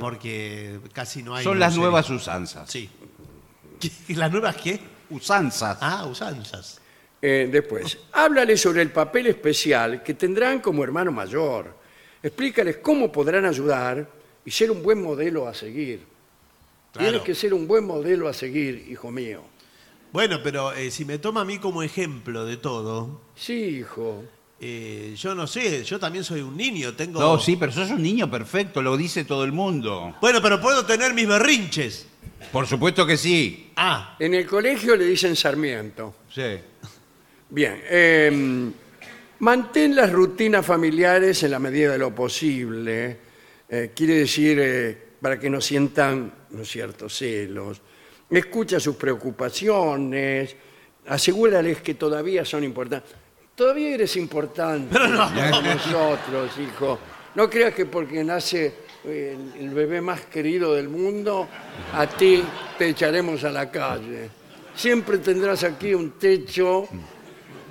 porque casi no hay...
Son las
lucería.
nuevas usanzas.
Sí. ¿Qué? ¿Las nuevas qué?
Usanzas.
Ah, usanzas.
Eh, después, háblale sobre el papel especial que tendrán como hermano mayor. Explícales cómo podrán ayudar y ser un buen modelo a seguir. Tienes
Claro.
que ser un buen modelo a seguir, hijo mío.
Bueno, pero eh, si me toma a mí como ejemplo de todo,
Sí, hijo.
eh, yo no sé, yo también soy un niño, tengo...
No, sí, pero sos un niño perfecto, lo dice todo el mundo.
Bueno, pero puedo tener mis berrinches.
Por supuesto que sí.
Ah,
En el colegio le dicen Sarmiento.
Sí.
Bien. eh, mantén las rutinas familiares en la medida de lo posible. Eh, quiere decir, eh, para que no sientan, ¿no es cierto?, celos. Escucha sus preocupaciones. Asegúrales que todavía son importantes. Todavía eres importante para nosotros, hijo. No creas que porque nace eh, el, el bebé más querido del mundo, a ti te echaremos a la calle. Siempre tendrás aquí un techo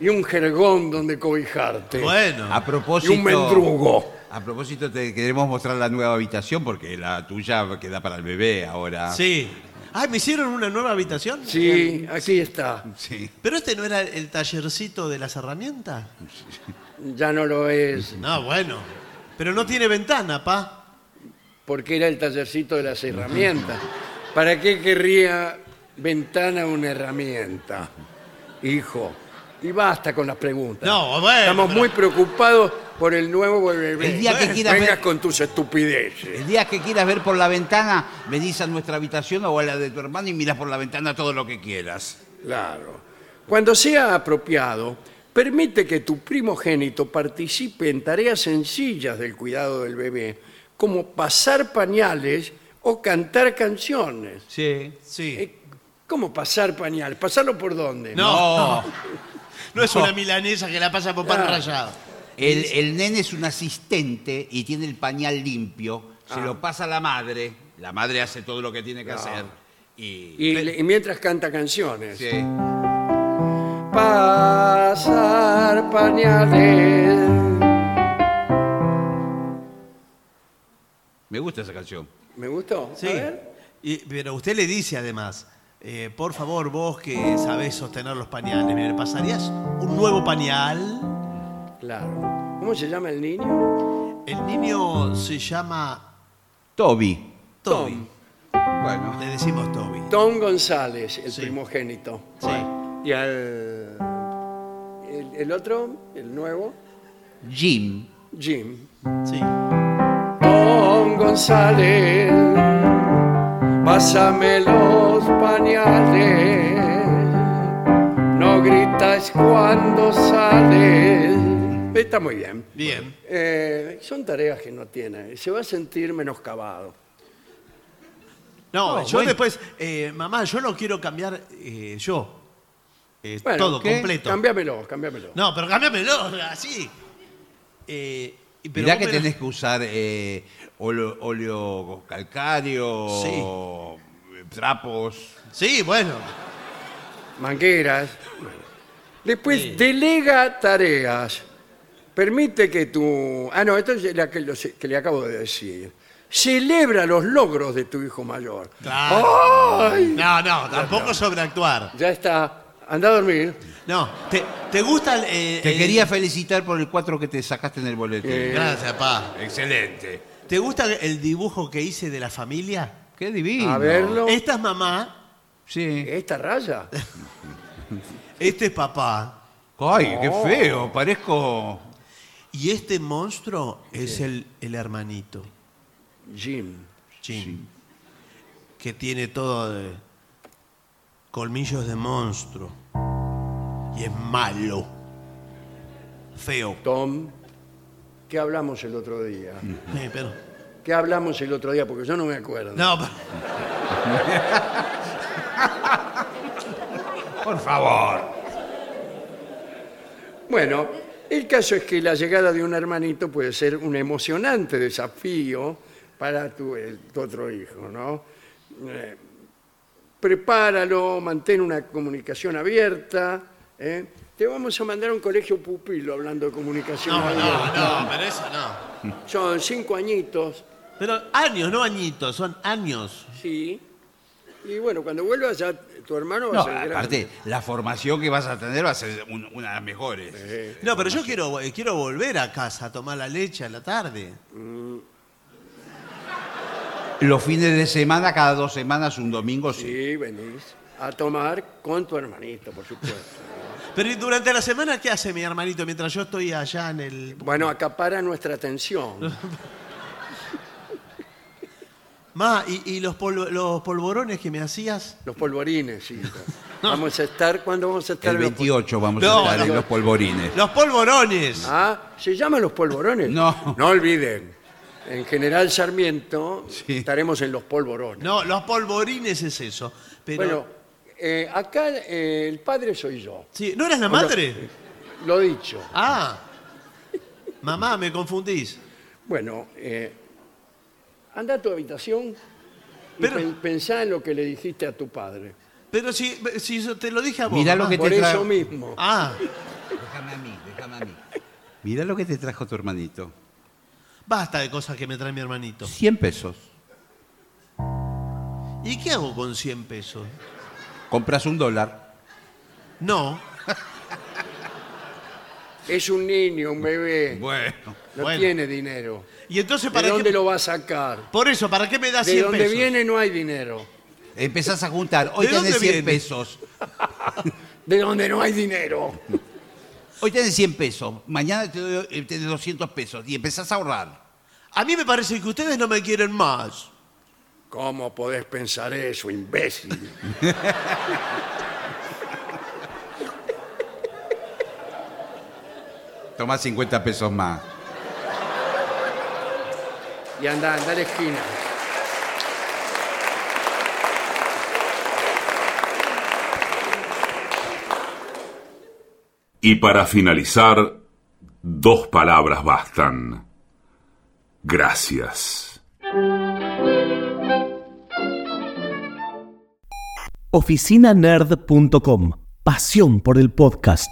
y un jergón donde cobijarte.
bueno.
A propósito.
Y un mendrugo.
A propósito, te queremos mostrar la nueva habitación porque la tuya queda para el bebé ahora.
Sí. Ah, ¿me hicieron una nueva habitación?
Sí, aquí está.
Sí.
¿Pero este no era el tallercito de las herramientas?
Ya no lo es,
No, bueno. Pero no tiene ventana, pa.
porque era el tallercito de las herramientas. ¿Para qué querría ventana una herramienta? Hijo. Y basta con las preguntas.
No, bueno,
Estamos
pero-
muy preocupados por el nuevo bebé.
El día que quieras
Vengas
ver-
con tus estupideces.
El día que quieras ver por la ventana, venís a nuestra habitación o a la de tu hermano y miras por la ventana todo lo que quieras.
Claro. Cuando sea apropiado, permite que tu primogénito participe en tareas sencillas del cuidado del bebé, como pasar pañales o cantar canciones.
Sí.
Sí.
Eh, ¿Cómo pasar pañales? ¿Pasarlo por dónde?
No.
No.
No es una milanesa que la pasa por pan rallado.
El, el nene es un asistente y tiene el pañal limpio, se
Ah.
lo pasa a la madre, la madre hace todo lo que tiene que hacer y...
Y, le- y mientras canta canciones.
Sí.
Pasar pañales.
Me gusta esa canción.
¿Me gustó?
Sí.
A ver.
Y- pero usted le dice además, eh, por favor, vos que sabés sostener los pañales, ¿me pasarías un nuevo pañal?
Claro. ¿Cómo se llama el niño?
El niño se llama
Toby.
Toby.
Bueno.
Le decimos Toby.
Tom González, el
Sí.
primogénito.
Sí.
Y al. El, el otro, el nuevo,
Jim.
Jim.
Sí.
Don González, pásame los pañales. No gritas cuando sales. Está muy bien.
Bien.
Eh, son tareas que no tiene. Se va a sentir menoscabado.
No,
No,
yo
bueno.
después, eh, mamá, yo no quiero cambiar eh, yo. Eh,
Bueno,
todo,
¿qué?
completo.
Cambiámelo, cambiámelo.
No, pero cámbiamelo, así. Eh, y- pero
Mirá
vos
que
me la-
tenés que usar eh, óleo, óleo calcáreo, eh, trapos.
Sí, bueno.
mangueras. Después delega tareas. Permite que tu... Ah, no, esto es la que, lo- que le acabo de decir. celebra los logros de tu hijo mayor.
Claro.
¡Ay!
No, no, tampoco sobreactuar.
Ya está. Anda a dormir.
No, te, te gusta el, eh,
Te
el-
quería felicitar por el 4 que te sacaste en el boleto.
Eh.
Gracias, pa.
Excelente.
¿Te gusta el dibujo que hice de la familia?
Qué divino.
A verlo.
Esta es mamá,
Sí.
Esta raya.
este es papá
Ay, qué
No.
feo. Parezco.
y este monstruo es el, el hermanito,
Jim.
Jim, que tiene todo de colmillos de monstruo y es malo, feo.
Tom. ¿Qué hablamos el otro día?
Eh, pero-
¿Qué hablamos el otro día? Porque yo no me acuerdo.
no, pero-
Por favor.
Bueno, el caso es que la llegada de un hermanito puede ser un emocionante desafío para tu, eh, tu otro hijo, ¿no? Eh, prepáralo, mantén una comunicación abierta. ¿eh? Te vamos a mandar a un colegio pupilo hablando de comunicación
no,
abierta.
no, no, pero eso no.
Son cinco añitos,
Pero años, no añitos, son años.
sí. Y bueno, cuando vuelvas ya tu hermano va
No,
a ser grande.
aparte, la formación que vas a tener va a ser un- una de las mejores.
No, pero yo quiero, eh, quiero volver a casa a tomar la leche a la tarde.
Los fines de semana, cada dos semanas, un domingo, sí.
Sí, venís a tomar con tu hermanito, por supuesto.
Pero ¿y durante la semana, ¿qué hace mi hermanito mientras yo estoy allá en el.
Bueno, acapara nuestra atención.
Ma, ¿y, y los, polvo- los polvorones que me hacías?
Los polvorines, sí. Vamos a estar, ¿cuándo vamos a estar?
El
en los
28 vamos
No,
a estar
no.
en los polvorines.
¡Los polvorones!
pol- Ah, ¿se llaman los polvorones?
No.
No olviden, en General Sarmiento
Sí.
estaremos en los polvorones.
No, los polvorines es eso. Pero.
bueno, eh, acá eh, el padre soy yo.
Sí, ¿No eras la
Bueno,
madre?
Lo dicho.
Ah. Mamá, me confundís.
Bueno, eh, anda a tu habitación y
Pero-
pen- pensá en lo que le dijiste a tu padre.
Pero si, si yo te lo dije a vos.
Mirá lo
mamá.
que
Por
te
eso
trajo.
mismo.
Ah,
Déjame a mí, déjame a mí. Mirá lo que te trajo tu hermanito.
basta de cosas que me trae mi hermanito.
100 pesos.
¿Y qué hago con 100 pesos?
Compras un dólar.
No.
Es un niño, un bebé.
Bueno.
no
bueno.
tiene dinero.
¿Y entonces
¿De
para
dónde
qué?
lo va a sacar?
Por eso, ¿para qué me das
De
100
donde
pesos?
viene no hay dinero.
Empezás a juntar. Hoy
¿De dónde
tenés 100
viene?
pesos.
De donde no hay dinero.
Hoy tenés 100 pesos. Mañana te doy, eh, tenés 200 pesos. Y empezás a ahorrar.
A mí me parece que ustedes no me quieren más.
¿Cómo podés pensar eso, imbécil?
Tomás 50 pesos más.
Y anda, anda a la esquina.
Y para finalizar, dos palabras bastan. Gracias.
oficinanerd.com. Pasión por el podcast.